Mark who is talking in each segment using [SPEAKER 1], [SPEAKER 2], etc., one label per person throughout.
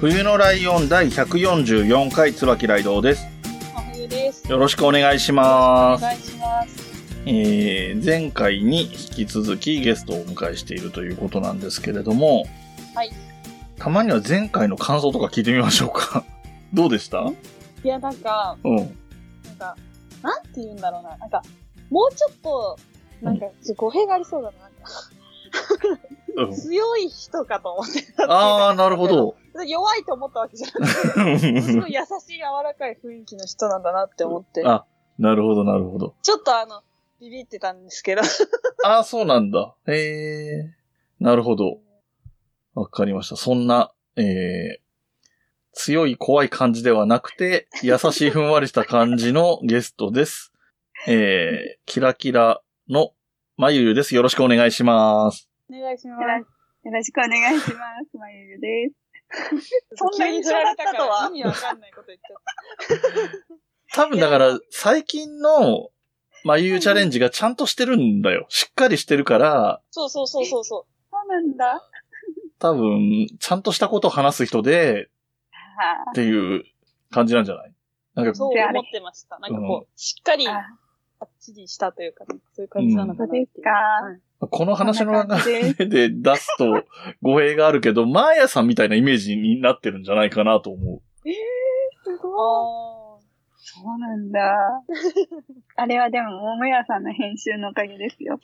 [SPEAKER 1] 冬のライオン第144回椿ライドウです。
[SPEAKER 2] 真冬です。
[SPEAKER 1] よろしくお願いし
[SPEAKER 2] お
[SPEAKER 1] ます。
[SPEAKER 2] 願いします。
[SPEAKER 1] えー、前回に引き続きゲストをお迎えしているということなんですけれども、
[SPEAKER 2] はい。
[SPEAKER 1] たまには前回の感想とか聞いてみましょうか。 どうでした
[SPEAKER 2] いや、なんか、
[SPEAKER 1] うん。
[SPEAKER 2] なんか、なんて言うんだろうな。なんか、もうちょっと、なんか、ちょ語弊がありそうだな。なんか
[SPEAKER 1] うん、
[SPEAKER 2] 強い人かと思ってたっていう
[SPEAKER 1] あー、なるほ。ど。
[SPEAKER 2] 弱いと思ったわけじゃなくて、すごい優しい柔らかい雰囲気の人なんだなって思って、
[SPEAKER 1] あ なるほど、なるほど。
[SPEAKER 2] ちょっとあの、ビビってたんですけど。
[SPEAKER 1] ああ、そうなんだ。えー、なるほど。わかりました。そんな、えー、強い怖い感じではなくて、優しいふんわりした感じのゲストです。えー、キラキラのまゆゆです。よろしくお願いします。
[SPEAKER 2] お願いしま
[SPEAKER 3] よろしくお願いします。まゆゆです。
[SPEAKER 2] す。
[SPEAKER 4] そんな印象だったとは
[SPEAKER 2] 急に振られたから意味わかんないこと言っちゃっ
[SPEAKER 1] 多分だから、最近のまゆゆチャレンジがちゃんとしてるんだよ。しっかりしてるから、
[SPEAKER 2] た。そうそうそうそうそ。
[SPEAKER 3] そうなんだ。は
[SPEAKER 1] 多分、ちゃんとしたことを話す人で、
[SPEAKER 3] あ
[SPEAKER 1] っていう感じなんじゃないう
[SPEAKER 2] そう思ってました。なんかこう、しっかり、
[SPEAKER 3] あ
[SPEAKER 2] あっちりしたというか、そういう感じなのか
[SPEAKER 3] そう
[SPEAKER 2] なってい
[SPEAKER 3] で
[SPEAKER 2] う。
[SPEAKER 3] すか。
[SPEAKER 1] この話の流れ
[SPEAKER 3] で
[SPEAKER 1] で出すと語弊があるけど、マーヤさんみたいなイメージになってるんじゃないかなと思
[SPEAKER 3] すごい。
[SPEAKER 2] あ
[SPEAKER 3] そうなんだ。あれはでも、桃屋さんの編集のおかげです よ。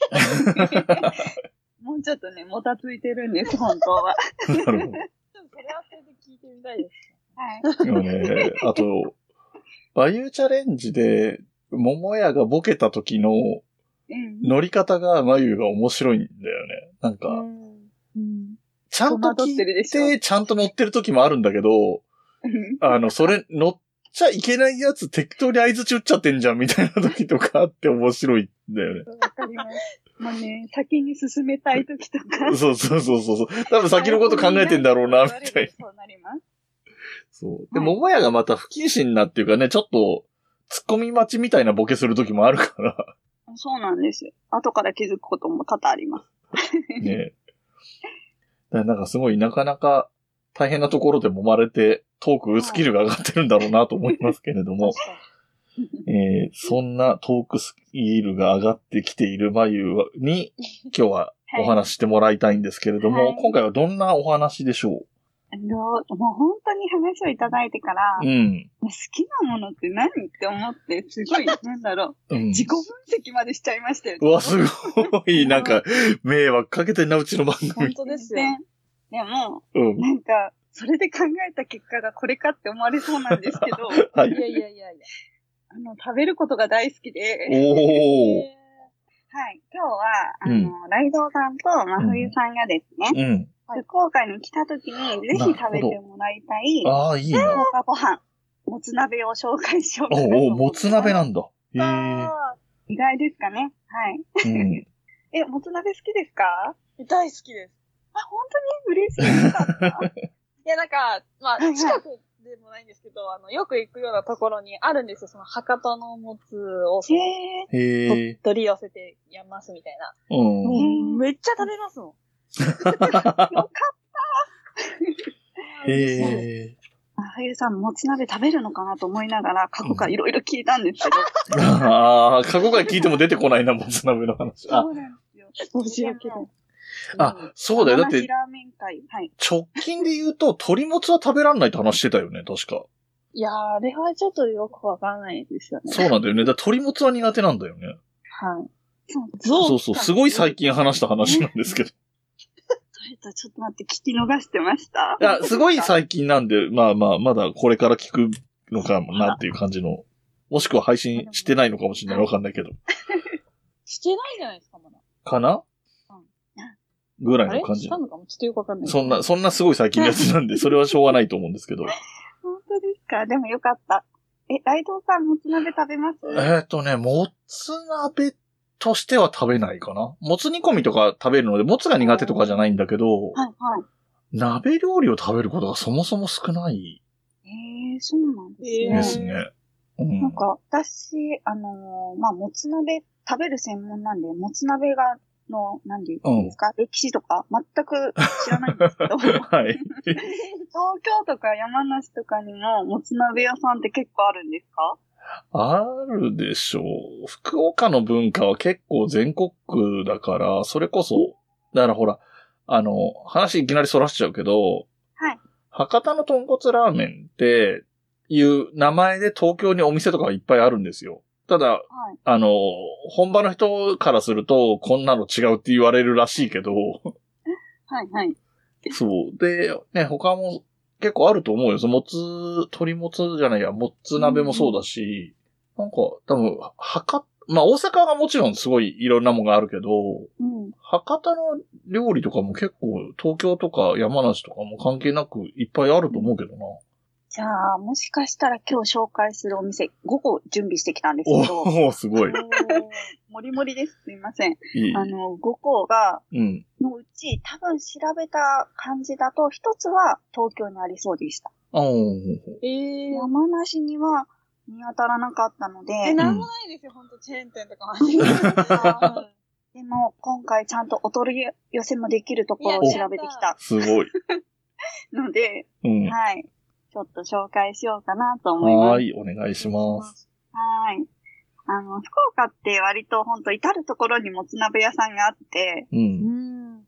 [SPEAKER 3] もうちょっとね、もたついてるんです、本当は。
[SPEAKER 1] う。なるほ
[SPEAKER 2] ー。でもそれはそれで聞いてみたいです。
[SPEAKER 3] はい。
[SPEAKER 1] ど。よね。あと、バユーチャレンジで、桃屋がボケた時の
[SPEAKER 3] うん。
[SPEAKER 1] 乗り方がまゆが面白いんだよね。なんか、
[SPEAKER 3] うん。
[SPEAKER 1] ちゃんと
[SPEAKER 3] 戸惑
[SPEAKER 1] 聞
[SPEAKER 3] ってるで
[SPEAKER 1] い
[SPEAKER 3] しょ
[SPEAKER 1] て、ちゃんと乗ってる時もあるんだけど、あの、それ乗っちゃいけないやつ適当に合図打っちゃってんじゃんみたいな時とかあって面白いんだよね。
[SPEAKER 3] わかります。もうね、先に進めたい時とか。
[SPEAKER 1] そうそうそうそうそう。多分先のこと考えてんだろうな、みたいな。。
[SPEAKER 3] そうなります。
[SPEAKER 1] そう。で、桃屋がまた不謹慎なっていうかね、ちょっと、突っ込み待ちみたいなボケする時もあるから、
[SPEAKER 3] そうなんですよ。後から気づくことも多々あります。
[SPEAKER 1] ね。だからなんかすごいなかなか大変なところで揉まれて、トークスキルが上がってるんだろうなと思いますけれど も、えーそんなトークスキルが上がってきている眉 に、今日はお話ししてもらいたいんですけれども、
[SPEAKER 3] はい
[SPEAKER 1] 今回はどんなお話でしょ
[SPEAKER 3] どうもう本当に話をいただいてから、
[SPEAKER 1] ううん。
[SPEAKER 3] 好きなものって何って思って、す ごい、なんだろ
[SPEAKER 1] うん
[SPEAKER 3] う、自己分析までしちゃいましたよ
[SPEAKER 1] う
[SPEAKER 3] ね。
[SPEAKER 1] わ、すごい。なんか、迷惑かけてんな、うちの番
[SPEAKER 2] 本
[SPEAKER 1] 組。
[SPEAKER 2] 当ですよ。
[SPEAKER 3] 全然。でも、
[SPEAKER 1] うん。
[SPEAKER 3] なんか、それで考えた結果がこれかって思われそうなんですけど、
[SPEAKER 1] はいい。
[SPEAKER 2] やいやいやいや。
[SPEAKER 3] あの、食べることが大好きで、
[SPEAKER 1] おー。
[SPEAKER 3] はい、今日は、あの、ライドウさんと真冬さんがですね、
[SPEAKER 1] うん。
[SPEAKER 3] 福岡に来た時にぜひ食べてもらいたい、福
[SPEAKER 1] ああ、いいな。
[SPEAKER 3] 岡ご飯、もつ鍋を紹介しようかなと思
[SPEAKER 1] おお、
[SPEAKER 3] って
[SPEAKER 1] もつ鍋なんだ。へ
[SPEAKER 2] あ
[SPEAKER 3] 意外ですかね。はい。
[SPEAKER 1] え。うん。
[SPEAKER 3] え、もつ鍋好きですか
[SPEAKER 2] ー大好きです。
[SPEAKER 3] あ、本当に嬉しい。よ かった。
[SPEAKER 2] いや、なんか、まあ、
[SPEAKER 3] はいはい
[SPEAKER 2] 近くでもないんですけど、あの、よく行くようなところにあるんですよ。その、博多のもつを、その
[SPEAKER 3] へ
[SPEAKER 1] へえ。
[SPEAKER 2] 取り寄せてやますみたいな。
[SPEAKER 1] うん。
[SPEAKER 3] ん
[SPEAKER 2] めっちゃ食べますもん。
[SPEAKER 1] へえ。
[SPEAKER 3] あはゆさん、もつ鍋食べるのかなと思いながら、過去からいろいろ聞いたんですけど。
[SPEAKER 1] ああ、過去回聞いても出てこないな、もつ鍋の話。あ、
[SPEAKER 3] うなんですよ。
[SPEAKER 2] 申し訳ない。
[SPEAKER 1] あ、そうだよ。だっ
[SPEAKER 3] 山梨
[SPEAKER 1] て、
[SPEAKER 3] ラーメン会。はい。
[SPEAKER 1] 直近で言うと、鶏もつは食べらんないって話してたよね、確か。
[SPEAKER 2] いやー、あれはちょっとよくわからないですよね。
[SPEAKER 1] そうなんだよね。だから鶏もつは苦手なんだよね。
[SPEAKER 2] はい。
[SPEAKER 3] そう、
[SPEAKER 2] そう
[SPEAKER 1] そうそう。すごい最近話した話なんですけど。
[SPEAKER 3] それとちょっと待って、聞き逃してました。
[SPEAKER 1] いや、すごい最近なんで、まあまあ、まだこれから聞くのかもなっていう感じの、もしくは配信してないのかもしれない。わかんないけど。
[SPEAKER 2] してないじゃないですか、まだ。
[SPEAKER 1] かなぐらい
[SPEAKER 2] あれ
[SPEAKER 1] の感じ
[SPEAKER 2] した。のかもちょっとよくわかんない。
[SPEAKER 1] そんな、そんなすごい最近のやつなんで、それはしょうがないと思うんですけ ど。
[SPEAKER 3] 本当ですかでもよかった。え、ライドウさん、もつ鍋食べます
[SPEAKER 1] えっ、ー、とね、もつ鍋としては食べないかな。もつ煮込みとか食べるので、もつが苦手とかじゃないんだけど、
[SPEAKER 3] はいは
[SPEAKER 1] 鍋料理を食べることがそもそも少ない
[SPEAKER 3] い。えー、そうなんですね。
[SPEAKER 1] ですね。うん
[SPEAKER 3] なんか、私、あのーまあ、もつ鍋、食べる専門なんで、もつ鍋が、の、なんていうんですか、歴史とか、全く知らないんで すけど、東
[SPEAKER 1] はい。
[SPEAKER 3] 京とか山梨とかにも、もつ鍋屋さんって結構あるんですか
[SPEAKER 1] あるでしょう。福岡の文化は結構全国区だから、それこそ、だからほら、あの、話いきなり逸らしちゃうけど、
[SPEAKER 3] はい
[SPEAKER 1] 博多の豚骨ラーメンっていう名前で東京にお店とかいっぱいあるんですよ。ただ、
[SPEAKER 3] はい。
[SPEAKER 1] あの、本場の人からすると、こんなの違うって言われるらしいけど、
[SPEAKER 3] はい、はい。
[SPEAKER 1] そう。で、ね、他も結構あると思うよ。そのもつ、鶏もつじゃないや、もつ鍋もそうだし、なんか、多分、博、まあ大阪がもちろんすごいいろんなもんがあるけど、
[SPEAKER 3] うん。
[SPEAKER 1] 博多の料理とかも結構東京とか山梨とかも関係なくいっぱいあると思うけどな。
[SPEAKER 3] じゃあ、もしかしたら今日紹介するお店、5個準備してきたんですけど、
[SPEAKER 1] お おすごい。
[SPEAKER 3] もりもりです。すいません。
[SPEAKER 1] いい。
[SPEAKER 3] あの、5個が、
[SPEAKER 1] うん。
[SPEAKER 3] のうち、多分調べた感じだと、一つは東京にありそうでした。
[SPEAKER 1] あお
[SPEAKER 2] えー、
[SPEAKER 3] 山梨には見当たらなかったので、
[SPEAKER 2] え、なんもないですよ、ほんと、チェーン店とかも。 うん
[SPEAKER 3] でも今回ちゃんとお取り寄せもできるところを調べてきた
[SPEAKER 1] すごい。
[SPEAKER 3] ので、
[SPEAKER 1] うん。
[SPEAKER 3] はい。ちょっと紹介しようかなと思います。
[SPEAKER 1] は
[SPEAKER 3] はい。
[SPEAKER 1] ーい、お願いします。
[SPEAKER 3] あの、福岡って割と本当至るところにもつ鍋屋さんがあって、
[SPEAKER 1] うん。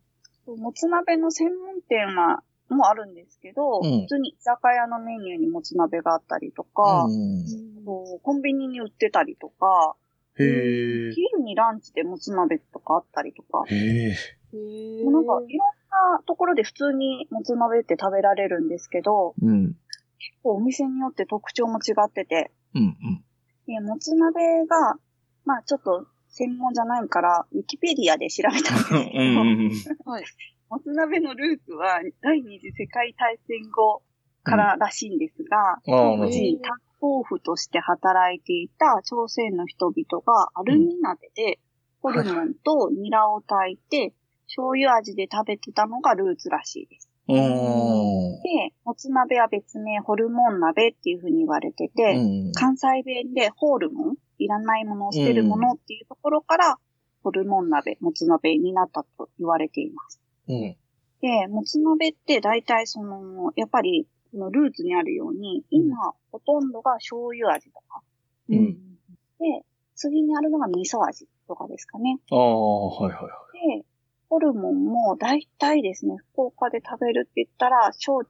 [SPEAKER 3] もつ鍋の専門店は、もあるんですけど、
[SPEAKER 1] うん
[SPEAKER 3] 普通に居酒屋のメニューにもつ鍋があったりとか、
[SPEAKER 1] うん
[SPEAKER 3] こうコンビニに売ってたりとか、
[SPEAKER 1] へえ。
[SPEAKER 3] 昼にランチでもつ鍋とかあったりとか、
[SPEAKER 1] へえ。
[SPEAKER 2] へ
[SPEAKER 3] もうなんかいろんなところで普通にもつ鍋って食べられるんですけど、
[SPEAKER 1] うん。
[SPEAKER 3] こうお店によって特徴も違ってて、
[SPEAKER 1] うん、うん。
[SPEAKER 3] でもつ鍋が、まあちょっと専門じゃないから、ウィキペディアで調 べたんですけど、
[SPEAKER 1] うん、うん。
[SPEAKER 3] もつ鍋のルーツは第二次世界大戦後かららしいんですが、
[SPEAKER 1] ああ、
[SPEAKER 3] 当時、炭鉱夫として働いていた朝鮮の人々がアルミ鍋でホルモンとニラを炊いて、醤油味で食べてたのがルーツらしいです。
[SPEAKER 1] うーん。
[SPEAKER 3] で、もつ鍋は別名ホルモン鍋っていう風に言われてて、
[SPEAKER 1] うん
[SPEAKER 3] 関西弁でホルモン、いらないものを捨てるものっていうところから、ホルモン鍋、もつ鍋になったと言われています。
[SPEAKER 1] うん。
[SPEAKER 3] で、もつ鍋って大体その、やっぱり、そのルーツにあるように、今、ほとんどが醤油味とか。
[SPEAKER 1] う
[SPEAKER 2] うん
[SPEAKER 1] ん。
[SPEAKER 3] で、次にあるのが味噌味とかですかね。
[SPEAKER 1] ああ、はいはいは
[SPEAKER 3] で、ホルモンも大体ですね、福岡で食べるって言ったら、小腸、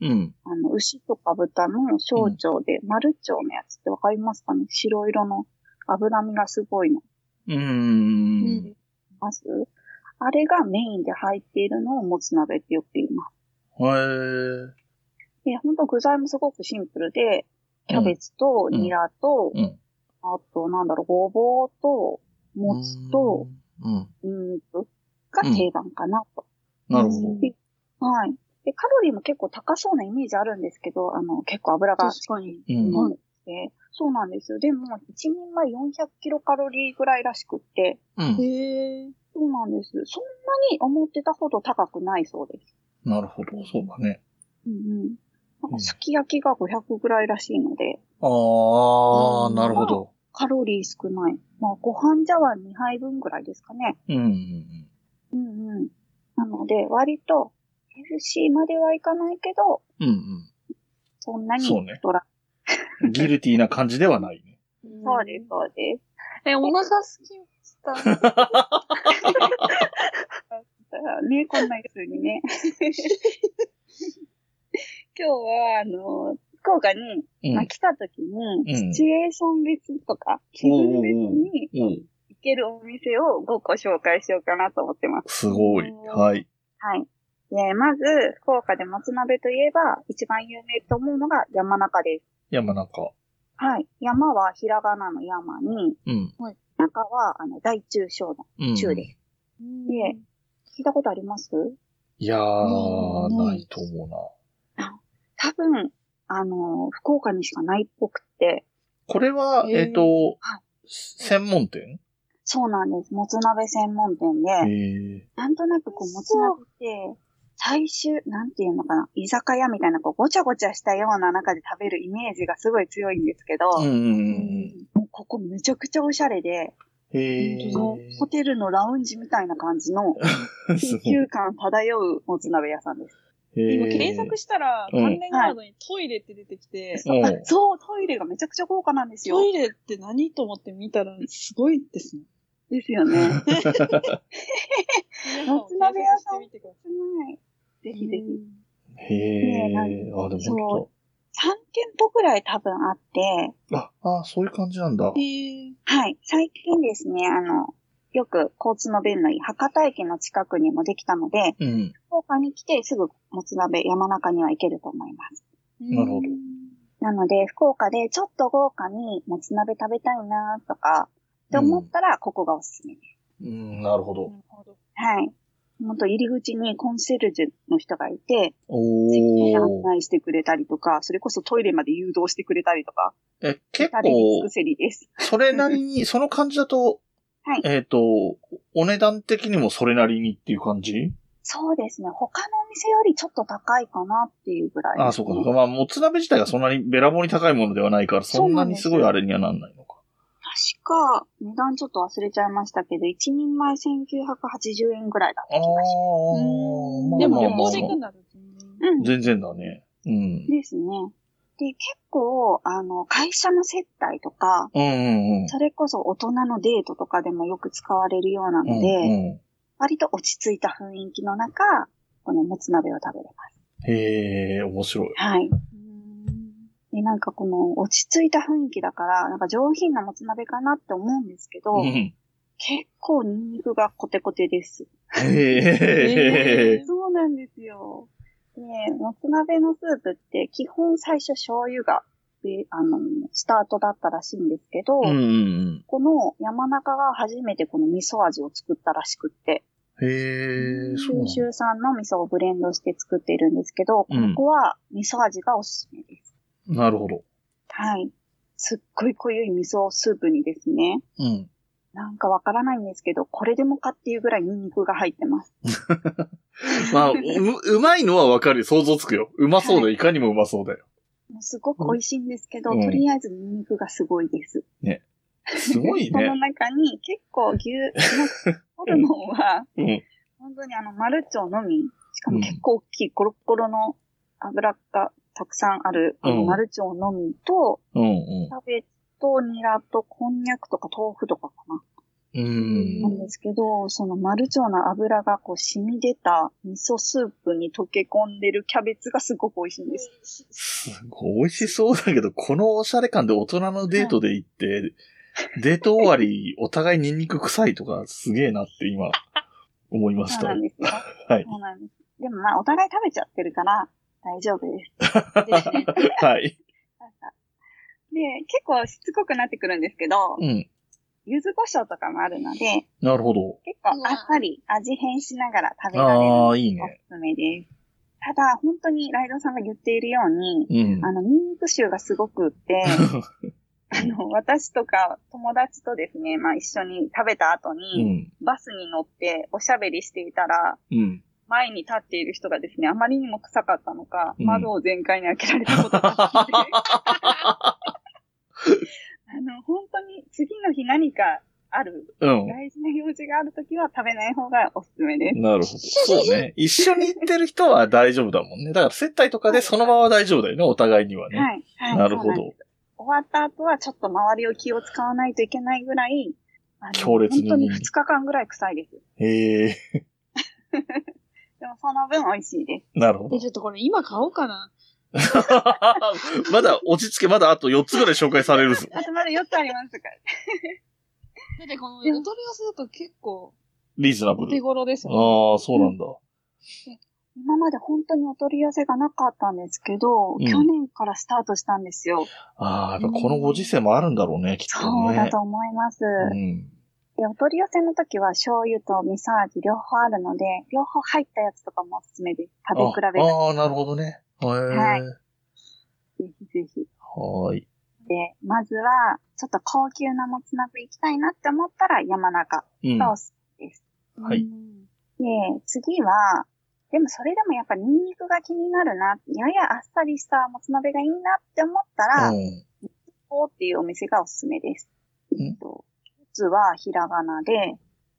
[SPEAKER 1] い。うん。
[SPEAKER 3] あの、牛とか豚の小腸で、丸腸のやつってわかりますかね白色の脂身がすごいの。
[SPEAKER 1] うー。
[SPEAKER 2] うんん
[SPEAKER 3] ますあれがメインで入っているのをもつ鍋ってよく言います。
[SPEAKER 1] へえ。
[SPEAKER 3] で、本当具材もすごくシンプルで、キャベツと
[SPEAKER 1] うん
[SPEAKER 3] ニラと、
[SPEAKER 1] うん
[SPEAKER 3] あと、なんだろう、ごぼうと、もつと、、
[SPEAKER 1] うん。
[SPEAKER 3] ニンニクが定番かなと。
[SPEAKER 1] なるほ
[SPEAKER 3] はい。で、カロリーも結構高そうなイメージあるんですけど、あの、結構油が
[SPEAKER 2] 確かに。
[SPEAKER 1] ど。うん。
[SPEAKER 3] うんで、そうなんですよ。でも、1人前400キロカロリーぐらいらしくって、
[SPEAKER 1] うん。
[SPEAKER 2] へえ。
[SPEAKER 3] そうなんです。そんなに思ってたほど高くないそうです。
[SPEAKER 1] なるほど、そうだね。
[SPEAKER 3] うんうん。なんかすき焼きが500ぐらいらしいので、
[SPEAKER 1] ああ、なるほど。
[SPEAKER 3] カロリー少ない。まあ、ご飯茶碗2杯分ぐらいですかね。
[SPEAKER 1] うん。
[SPEAKER 3] うんうん。なので、割と、ヘルシーまではいかないけど、
[SPEAKER 1] うんうん。
[SPEAKER 3] そんなに
[SPEAKER 1] そうね
[SPEAKER 3] 太ら
[SPEAKER 1] ギルティーな感じではないね。
[SPEAKER 3] そうです、。そうです。
[SPEAKER 2] え、お腹すきました。
[SPEAKER 3] だからね、こんなやつにね。 今日は、あの、福岡に、
[SPEAKER 1] うん
[SPEAKER 3] まあ、。来た時
[SPEAKER 1] うん
[SPEAKER 3] に、シチュエーション別とか、気分別に
[SPEAKER 1] うん。
[SPEAKER 3] 行けるお店を5個紹介しようかなと思ってます。
[SPEAKER 1] すごい。はい。
[SPEAKER 3] はい。で、まず、福岡でもつ鍋といえば、一番有名と思うのが山中です。
[SPEAKER 1] 山中。
[SPEAKER 3] はい。山はひらがなの山に、
[SPEAKER 1] うん。
[SPEAKER 3] 中は、あの、大中小の
[SPEAKER 1] うん。
[SPEAKER 3] 中です。で、聞いたことあります
[SPEAKER 1] いや
[SPEAKER 2] う
[SPEAKER 1] ー、
[SPEAKER 2] ん
[SPEAKER 1] ないと思うな。
[SPEAKER 3] 多分、あの、福岡にしかないっぽくて、
[SPEAKER 1] これは、
[SPEAKER 2] へー
[SPEAKER 1] えっ、と
[SPEAKER 3] はい、
[SPEAKER 1] 専門店
[SPEAKER 3] そうなんです。もつ鍋専門店
[SPEAKER 1] え
[SPEAKER 3] で、
[SPEAKER 1] ー、
[SPEAKER 3] なんとなくこう、もつ鍋って、最終、なんていうのかな、居酒屋みたいな、こう、ごちゃごちゃしたような中で食べるイメージがすごい強いんですけど、
[SPEAKER 1] うんう
[SPEAKER 3] も
[SPEAKER 1] んうん
[SPEAKER 3] うここめちゃくちゃおしゃれで、
[SPEAKER 1] うん。へ
[SPEAKER 2] え
[SPEAKER 3] もうホテルのラウンジみたいな感じの、
[SPEAKER 1] ー。す
[SPEAKER 3] 緊
[SPEAKER 1] ごい
[SPEAKER 3] 急感漂うもつ鍋屋さんです。
[SPEAKER 1] へー
[SPEAKER 2] 今検索したら、
[SPEAKER 1] うん
[SPEAKER 2] 関連ワードにトイレって出てきて、
[SPEAKER 1] うん
[SPEAKER 3] あそう、トイレがめちゃくちゃ豪華なんですよ
[SPEAKER 2] ト。イレって何と思って見たら、すごいですね。
[SPEAKER 3] ですよね。は
[SPEAKER 2] もつ鍋屋さん。てくださ
[SPEAKER 3] いぜひぜ
[SPEAKER 2] い
[SPEAKER 3] ひ。
[SPEAKER 1] へ
[SPEAKER 3] ねな
[SPEAKER 1] ー。あ、
[SPEAKER 3] ん
[SPEAKER 1] でも本
[SPEAKER 3] そ3店舗くらい多分あって、
[SPEAKER 1] 当だ。あ、あ、そういう感じなんだ。
[SPEAKER 2] へ
[SPEAKER 3] はい。最近ですね、あの、よく交通の便のいい博多駅の近くにもできたので、
[SPEAKER 1] うん。
[SPEAKER 3] 福岡に来てすぐもつ鍋山中には行けると思います。
[SPEAKER 2] ー
[SPEAKER 1] なるほど
[SPEAKER 3] なので、福岡でちょっと豪華にもつ鍋食べたいなとか、って思ったら、ここがおすすめです。
[SPEAKER 1] うん、なるほど
[SPEAKER 2] な。るほど。
[SPEAKER 3] はい。ほんと入り口にコンシェルジュの人がいて、席に案
[SPEAKER 1] おー。
[SPEAKER 3] 内してくれたりとか、それこそトイレまで誘導してくれたりとか、
[SPEAKER 1] え、結
[SPEAKER 3] 至れり
[SPEAKER 1] 構
[SPEAKER 3] 尽く、せりです。
[SPEAKER 1] それなりに、その感じだと、
[SPEAKER 3] はい
[SPEAKER 1] えっ、と、お値段的にもそれなりにっていう感じ
[SPEAKER 3] そうですね。他のお店よりちょっと高いかなっていうぐらい、
[SPEAKER 1] あそうかそうか。。まあ、もつ鍋自体がそんなにべらぼうに高いものではないから、そんなにすごいあれにはなんないのか。
[SPEAKER 3] 確か、値段ちょっと忘れちゃいましたけど、1人前1980円ぐらいだった
[SPEAKER 1] ああ
[SPEAKER 3] 気がし
[SPEAKER 2] うん
[SPEAKER 1] まあ
[SPEAKER 2] でも
[SPEAKER 1] まあ
[SPEAKER 2] 旅
[SPEAKER 1] まあ
[SPEAKER 2] 行で行くんだろう
[SPEAKER 3] ま
[SPEAKER 2] ね。
[SPEAKER 3] す。うん。
[SPEAKER 1] 全然だね。うん。
[SPEAKER 3] ですね。で、結構、あの、会社の接待とか、
[SPEAKER 1] うんうんうん。
[SPEAKER 3] それこそ大人のデートとかでもよく使われるような
[SPEAKER 1] う
[SPEAKER 3] の
[SPEAKER 1] ん
[SPEAKER 3] で、
[SPEAKER 1] う
[SPEAKER 3] 割と落ち着いた雰囲気の中、このもつ鍋を食べれます。
[SPEAKER 1] ん、へえ、面白い。
[SPEAKER 3] はい。
[SPEAKER 2] うん
[SPEAKER 3] で、なんかこの落ち着いた雰囲気だから、なんか上品なもつ鍋かなって思うんですけど、
[SPEAKER 1] うん
[SPEAKER 3] 結構ニンニクがコテコテです。
[SPEAKER 1] へえ
[SPEAKER 2] え。
[SPEAKER 3] そうなんですよ。で、もつ鍋のスープって基本最初醤油が、であの、スタートだったらしいんですけど、
[SPEAKER 1] うんうん
[SPEAKER 3] この山中が初めてこの味噌味を作ったらしくって、
[SPEAKER 1] うん。へえ、そうなん
[SPEAKER 3] 九
[SPEAKER 1] だ
[SPEAKER 3] 州産の味噌をブレンドして作っているんですけど、
[SPEAKER 1] うん
[SPEAKER 3] ここは味噌味がおすすめです。
[SPEAKER 1] なるほど。
[SPEAKER 3] はい。すっごい濃い味噌スープにですね、
[SPEAKER 1] うん。
[SPEAKER 3] なんかわからないんですけど、これでもかっていうぐらいニンニクが入ってます。
[SPEAKER 1] まあ、う、うまいのはわかるよ。想像つくよ。うまそうだ。いかにもうまそうだよ。
[SPEAKER 3] もうすごく美味しいんですけど、
[SPEAKER 1] うん
[SPEAKER 3] とりあえずニンニクがすごいです。
[SPEAKER 1] すごい
[SPEAKER 3] その
[SPEAKER 1] ね。
[SPEAKER 3] 中に結構 牛、なんかホルモンは、
[SPEAKER 1] うん。
[SPEAKER 3] 本当にあの、マルチョウのみ、しかも結構大きいゴロッゴロの油がたくさんある、あ
[SPEAKER 1] う
[SPEAKER 3] の
[SPEAKER 1] ん
[SPEAKER 3] マルチョウのみと、
[SPEAKER 1] うん
[SPEAKER 3] キャベツとニラとこんにゃくとか豆腐とかかな。
[SPEAKER 1] うん。うん
[SPEAKER 3] な。んですけど、そのマルチョウの油がこう染み出た味噌スープに溶け込んでるキャベツがすごく美味しいんです。
[SPEAKER 1] すごい美味しそうだけど、このおしゃれ感で大人のデートで行って、デート終わり、お互いニンニク臭いとか、すげえなって今、思いまし
[SPEAKER 3] そう
[SPEAKER 1] た
[SPEAKER 3] な。んですよ。
[SPEAKER 1] はい
[SPEAKER 3] そうなんです。でもまあ、お互い食べちゃってるから大丈夫です。
[SPEAKER 1] はい。
[SPEAKER 3] で、結構しつこくなってくるんですけど、
[SPEAKER 1] うん。
[SPEAKER 3] 柚子胡椒とかもあるので、
[SPEAKER 1] なるほど。
[SPEAKER 3] 結構あっさり味変しながら食べられるの
[SPEAKER 1] あ
[SPEAKER 3] が
[SPEAKER 1] あ、いい
[SPEAKER 3] お
[SPEAKER 1] ね。
[SPEAKER 3] すすめです。ただ、本当にライドさんが言っているように、
[SPEAKER 1] うん。
[SPEAKER 3] あの、ニンニク臭がすご くって、あの、私とか友達とですね、まあ一緒に食べた後
[SPEAKER 1] う
[SPEAKER 3] に、
[SPEAKER 1] ん。
[SPEAKER 3] バスに乗っておしゃべりしていたら、
[SPEAKER 1] うん。
[SPEAKER 3] 前に立っている人がですね、あまりにも臭かったのか、
[SPEAKER 1] うん
[SPEAKER 3] 窓を全開に開けられたことが あって、あの、本当に次の日何かある、
[SPEAKER 1] うん。
[SPEAKER 3] 大事な用事があるときは食べない方がおすすめです。
[SPEAKER 1] なるほど。そう ね。一緒に行ってる人は大丈夫だもんね。だから接待とかでその場は大丈夫だよね、お互いにはね。
[SPEAKER 3] はい、はい。
[SPEAKER 1] なるほ
[SPEAKER 3] そうなんです
[SPEAKER 1] ど。
[SPEAKER 3] 終わった後はちょっと周りを気を使わないといけないぐらい、あの
[SPEAKER 1] 強烈に
[SPEAKER 3] 本当に2日間ぐらい臭いです。
[SPEAKER 1] へえ、
[SPEAKER 3] でもその分美味しいです。
[SPEAKER 1] なるほど
[SPEAKER 2] え、。 ちょっとこれ今買おうかな。
[SPEAKER 1] まだ落ち着け、まだあと4つぐらい紹介されるぞ。
[SPEAKER 3] あとまだ4つありますから。
[SPEAKER 2] だってこのお取り寄せだと結構
[SPEAKER 1] リーズナブ
[SPEAKER 2] お手
[SPEAKER 1] ル。
[SPEAKER 2] 頃ですよね。
[SPEAKER 1] ああ、そうなんだ。
[SPEAKER 3] 今まで本当にお取り寄せがなかったんですけど、
[SPEAKER 1] うん
[SPEAKER 3] 去年からスタートしたんですよ。
[SPEAKER 1] ああ、やっぱこのご時世もあるんだろうね、きっとね。
[SPEAKER 3] そうだと思います。
[SPEAKER 1] うん。
[SPEAKER 3] で、お取り寄せの時は醤油と味噌味両方あるので、両方入ったやつとかもおすすめです。食べ比べが
[SPEAKER 1] ああー、なるほどね。へえ
[SPEAKER 3] はいぜひぜひ。
[SPEAKER 1] はーい。
[SPEAKER 3] で、まずは、ちょっと高級なもつ鍋行きたいなって思ったら山中
[SPEAKER 1] うん。
[SPEAKER 3] がおすすめです。
[SPEAKER 1] はい
[SPEAKER 3] うん。で、次は、でもそれでもやっぱニンニクが気になるな、ややあっさりしたもつ鍋がいいなって思ったら、
[SPEAKER 1] うん
[SPEAKER 3] こうっていうお店がおすすめです。
[SPEAKER 1] ん
[SPEAKER 3] えっと、一つはひらがなで、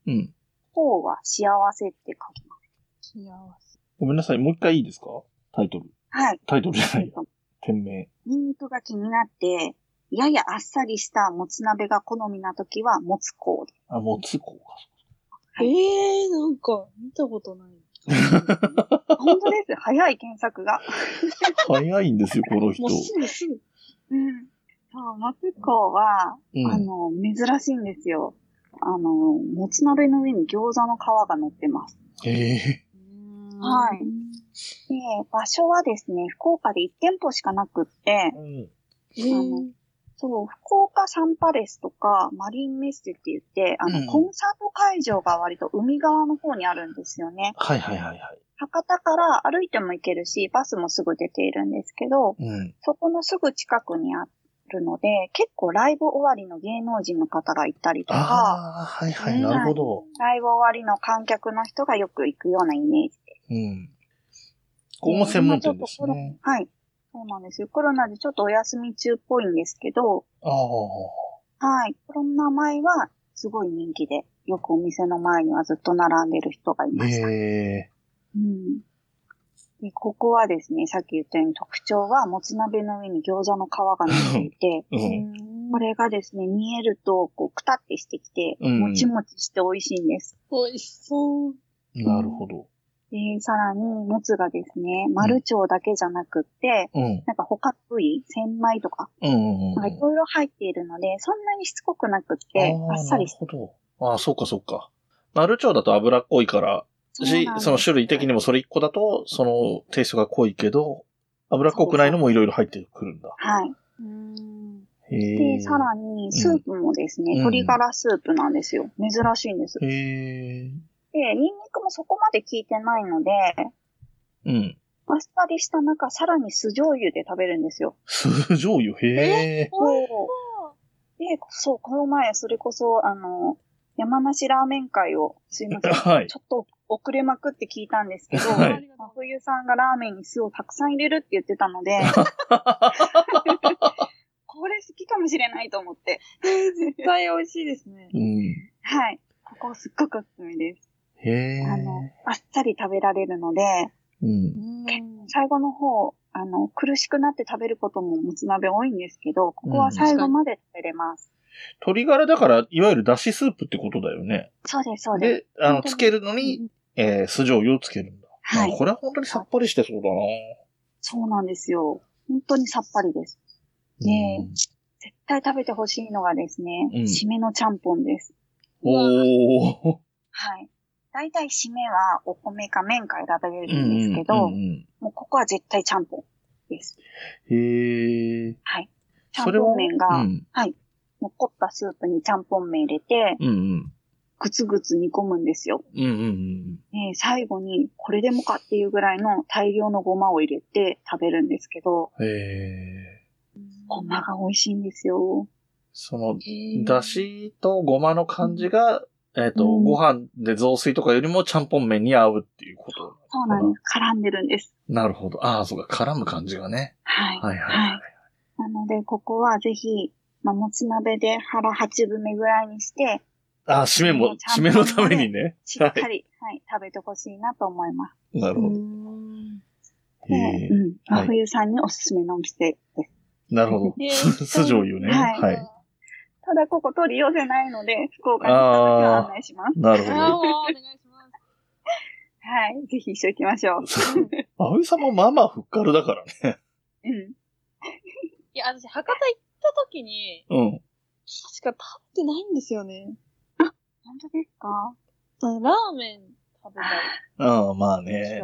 [SPEAKER 1] うん。
[SPEAKER 3] こうは幸せって書きます。
[SPEAKER 2] 幸せ。
[SPEAKER 1] ごめんなさい。もう一回いいですかタイトル。
[SPEAKER 3] はい。
[SPEAKER 1] タイトルじゃな
[SPEAKER 3] えっ
[SPEAKER 1] い。
[SPEAKER 3] と
[SPEAKER 1] 店名。
[SPEAKER 3] ニンニクが気になって、ややあっさりしたもつ鍋が好みな時は、もつこうで
[SPEAKER 1] あ、もつこ
[SPEAKER 3] は
[SPEAKER 2] え
[SPEAKER 3] い
[SPEAKER 2] えー、なんか、見たことない。
[SPEAKER 3] す。本当です。早い検索が。
[SPEAKER 1] うか。早いんですよ、この人
[SPEAKER 2] もう。すぐすぐ。
[SPEAKER 3] うん。そう、もつこうは、
[SPEAKER 1] う
[SPEAKER 3] あ
[SPEAKER 1] ん。
[SPEAKER 3] の、珍しいんですよ。あの、もつ鍋の上に餃子の皮が乗ってます。
[SPEAKER 1] へえ。
[SPEAKER 3] はいで、場所はですね、福岡で1店舗しかなくって、
[SPEAKER 1] うん。
[SPEAKER 2] えー、
[SPEAKER 3] そう、福岡サンパレスとか、マリンメッセって言って、あの、
[SPEAKER 1] うん
[SPEAKER 3] コンサート会場が割と海側の方にあるんですよね。
[SPEAKER 1] はいはいはいは
[SPEAKER 3] 博多から歩いても行けるし、バスもすぐ出ているんですけど、
[SPEAKER 1] い。うん。
[SPEAKER 3] そこのすぐ近くにあるので、結構ライブ終わりの芸能人の方が行ったりとか、
[SPEAKER 1] ああ、はいはい。なるほど。
[SPEAKER 3] ライブ終わりの観客の人がよく行くようなイメージです。
[SPEAKER 1] うん。ここも専門店ですね。
[SPEAKER 3] はい。そうなんですよ。コロナでちょっとお休み中っぽいんですけど、
[SPEAKER 1] ああ。
[SPEAKER 3] はい。コロナ前はすごい人気で、よくお店の前にはずっと並んでる人がいました。
[SPEAKER 1] ええ。
[SPEAKER 3] うんでここはですね、さっき言ったように特徴は、もつ鍋の上に餃子の皮が乗っていて、
[SPEAKER 1] うん。
[SPEAKER 3] これがですね、煮えると、こう、くたってしてきて、
[SPEAKER 1] うん
[SPEAKER 3] もちもちして美味しいんです。
[SPEAKER 2] 美味しそう。
[SPEAKER 1] なるほど。
[SPEAKER 3] で、さらに、もつがですね、丸腸だけじゃなくって、
[SPEAKER 1] うん。
[SPEAKER 3] なんか他部位、千枚とか、
[SPEAKER 1] うんうんうん。
[SPEAKER 3] なんかいろいろ入っているので、そんなにしつこくなくって、
[SPEAKER 1] あ
[SPEAKER 3] あ
[SPEAKER 1] あ
[SPEAKER 3] っさりして
[SPEAKER 1] なるほど。ああ、そうかそうか。丸腸だと脂っこいから、し、その種類的にもそれ一個だと、そのテイストが濃いけど、脂っこくないのもいろいろ入ってくるんだ。
[SPEAKER 3] はい。
[SPEAKER 2] うん。
[SPEAKER 1] へ
[SPEAKER 3] で、
[SPEAKER 1] え。
[SPEAKER 3] さらに、スープもです
[SPEAKER 1] う
[SPEAKER 3] ね、
[SPEAKER 1] ん
[SPEAKER 3] 鶏ガラスープなんですよ。珍しいんです。
[SPEAKER 1] へ
[SPEAKER 3] で、
[SPEAKER 1] え。
[SPEAKER 3] ニンニクもそこまで効いてないので、
[SPEAKER 1] うん。
[SPEAKER 3] あっさりした中、さらに酢醤油で食べるんですよ。
[SPEAKER 1] 酢醤油、へえ。
[SPEAKER 3] そう。で、そう、この前、それこそ、あの、山梨ラーメン会を、すいませ ん。
[SPEAKER 1] はい
[SPEAKER 3] ちょっと遅れまくって聞いたんですけど、
[SPEAKER 1] はい
[SPEAKER 3] 真冬さんがラーメンに酢をたくさん入れるって言って たので、これ好きかもしれないと思って。
[SPEAKER 2] 絶対美味しいですね。
[SPEAKER 1] うん。
[SPEAKER 3] はい。ここすっごくおすすめです。
[SPEAKER 1] へえ。
[SPEAKER 3] あの、あっさり食べられるので、
[SPEAKER 1] うん。
[SPEAKER 2] うん。
[SPEAKER 3] 最後の方、あの、苦しくなって食べることももつ鍋多いんですけど、ここは最後まで食べれます。
[SPEAKER 1] 鶏ガラだから、いわゆるだしスープってことだよね。
[SPEAKER 3] そうです、そうです。
[SPEAKER 1] で、あの、つけるのに、えー、酢醤油をつけるんだ。
[SPEAKER 3] は
[SPEAKER 1] あ
[SPEAKER 3] い。
[SPEAKER 1] これは本当にさっぱりしてそうだな
[SPEAKER 3] そうなんですよ。本当にさっぱりです。ねえ絶対食べてほしいのがですね、
[SPEAKER 1] うん
[SPEAKER 3] 締めのちゃんぽんです。
[SPEAKER 1] おお。
[SPEAKER 3] はい。大体締めはお米か麺か選べれ
[SPEAKER 1] うん
[SPEAKER 3] るんですけど、
[SPEAKER 1] うんうん
[SPEAKER 3] もうここは絶対ちゃんぽんです。
[SPEAKER 1] へえ。
[SPEAKER 3] はい。ちゃ
[SPEAKER 1] そ
[SPEAKER 3] ん
[SPEAKER 1] れを
[SPEAKER 3] ぽん麺が、
[SPEAKER 1] うん。
[SPEAKER 3] 残ったスープにちゃんぽん麺入れて、
[SPEAKER 1] うんうん。
[SPEAKER 3] ぐつぐつ煮込むんですよ。
[SPEAKER 1] うんうんうん。
[SPEAKER 3] ね、最後にこれでもかっていうぐらいの大量のごまを入れて食べるんですけど、
[SPEAKER 1] へえ。
[SPEAKER 3] ごまが美味しいんですよ。
[SPEAKER 1] その、
[SPEAKER 2] へー
[SPEAKER 1] だ。しとごまの感じが、えっと、
[SPEAKER 3] うん
[SPEAKER 1] ご飯で雑炊とかよりもちゃんぽん麺に合うっていうこと。
[SPEAKER 3] そうなんです。絡んでるんです。
[SPEAKER 1] なるほど。ああ、そうか。絡む感じがね。
[SPEAKER 3] はい。
[SPEAKER 1] はいはい
[SPEAKER 3] はい。なので、ここはぜひ、まあ、もつ鍋で腹八分目ぐらいにして、
[SPEAKER 1] ああ、締めも、締めのためにね。
[SPEAKER 3] しっかり、はい、食べてほしいなと思います。
[SPEAKER 1] なる
[SPEAKER 2] う
[SPEAKER 1] ほど。
[SPEAKER 2] ん。
[SPEAKER 1] へ
[SPEAKER 3] で
[SPEAKER 1] え
[SPEAKER 3] う。ん。
[SPEAKER 1] はい
[SPEAKER 3] 真冬さんにおすすめのお店です。
[SPEAKER 1] なるほど
[SPEAKER 2] ね。
[SPEAKER 1] 酢酢醤油ね。
[SPEAKER 3] はい
[SPEAKER 1] はい。
[SPEAKER 3] ただ、ここ取り寄せないので、福岡に行った時は案内します。
[SPEAKER 1] なるほ
[SPEAKER 2] ああ、
[SPEAKER 1] ど。
[SPEAKER 2] お願いしま
[SPEAKER 3] はい。ぜひ一緒行きましょう。
[SPEAKER 2] す。 うん
[SPEAKER 1] あゆさんもまあまあふっかるだからね。
[SPEAKER 3] うん。
[SPEAKER 2] いや、私、博多行った時に、
[SPEAKER 1] うん。
[SPEAKER 2] 確か食べてないんですよね。
[SPEAKER 3] 本当ですか
[SPEAKER 2] ラーメン食べた
[SPEAKER 1] ああ、まあ
[SPEAKER 2] り
[SPEAKER 1] ね。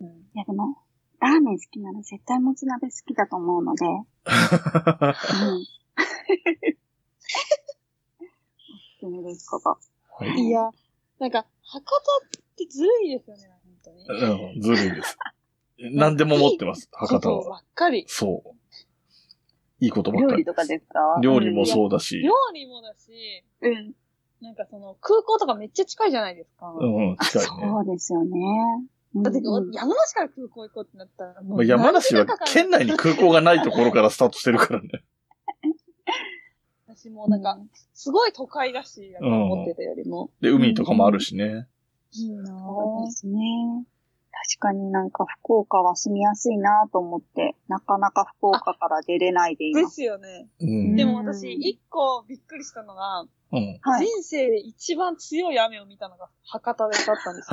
[SPEAKER 2] うん
[SPEAKER 3] いや、でも、ラーメン好きなら絶対もつ鍋好きだと思うの で、うん。おすすめです、ここ。
[SPEAKER 1] はい。
[SPEAKER 2] いや、なんか、博多ってずるいですよね、本当に。
[SPEAKER 1] うんずるいです。何でも持ってます、博多
[SPEAKER 2] そう
[SPEAKER 1] は。
[SPEAKER 2] ばっかり。
[SPEAKER 1] そう。いいことばっ
[SPEAKER 3] 料
[SPEAKER 1] かり
[SPEAKER 3] 理。とかですか
[SPEAKER 1] 料理もそうだし
[SPEAKER 2] 料、理もだし、
[SPEAKER 3] うん。うん。
[SPEAKER 2] なんかその、空港とかめっちゃ近いじゃないですか。
[SPEAKER 1] うん、うん
[SPEAKER 3] あ
[SPEAKER 1] 近いね。
[SPEAKER 3] そうですよね。うん
[SPEAKER 2] だって、
[SPEAKER 3] うん
[SPEAKER 2] 山梨から空港行こうってなったら、も
[SPEAKER 1] まあ
[SPEAKER 2] う。
[SPEAKER 1] 山梨は
[SPEAKER 2] 何時間かかる
[SPEAKER 1] 県内に空港がないところからスタートしてる からね。
[SPEAKER 2] 私もなんか、すごい都会だし、なんか思ってたよりも。
[SPEAKER 1] で、海とかもあるしね。
[SPEAKER 2] いいなぁ
[SPEAKER 3] そうですね。確かになんか福岡は住みやすいなと思って、なかなか福岡から出れないでい
[SPEAKER 2] で
[SPEAKER 3] ます。
[SPEAKER 2] すよね。
[SPEAKER 1] うん。
[SPEAKER 2] で
[SPEAKER 1] う
[SPEAKER 2] も私、一個びっくりしたのが、
[SPEAKER 1] ん。
[SPEAKER 3] はい。
[SPEAKER 2] 人生で一番強い雨を見たのが博多でだったんです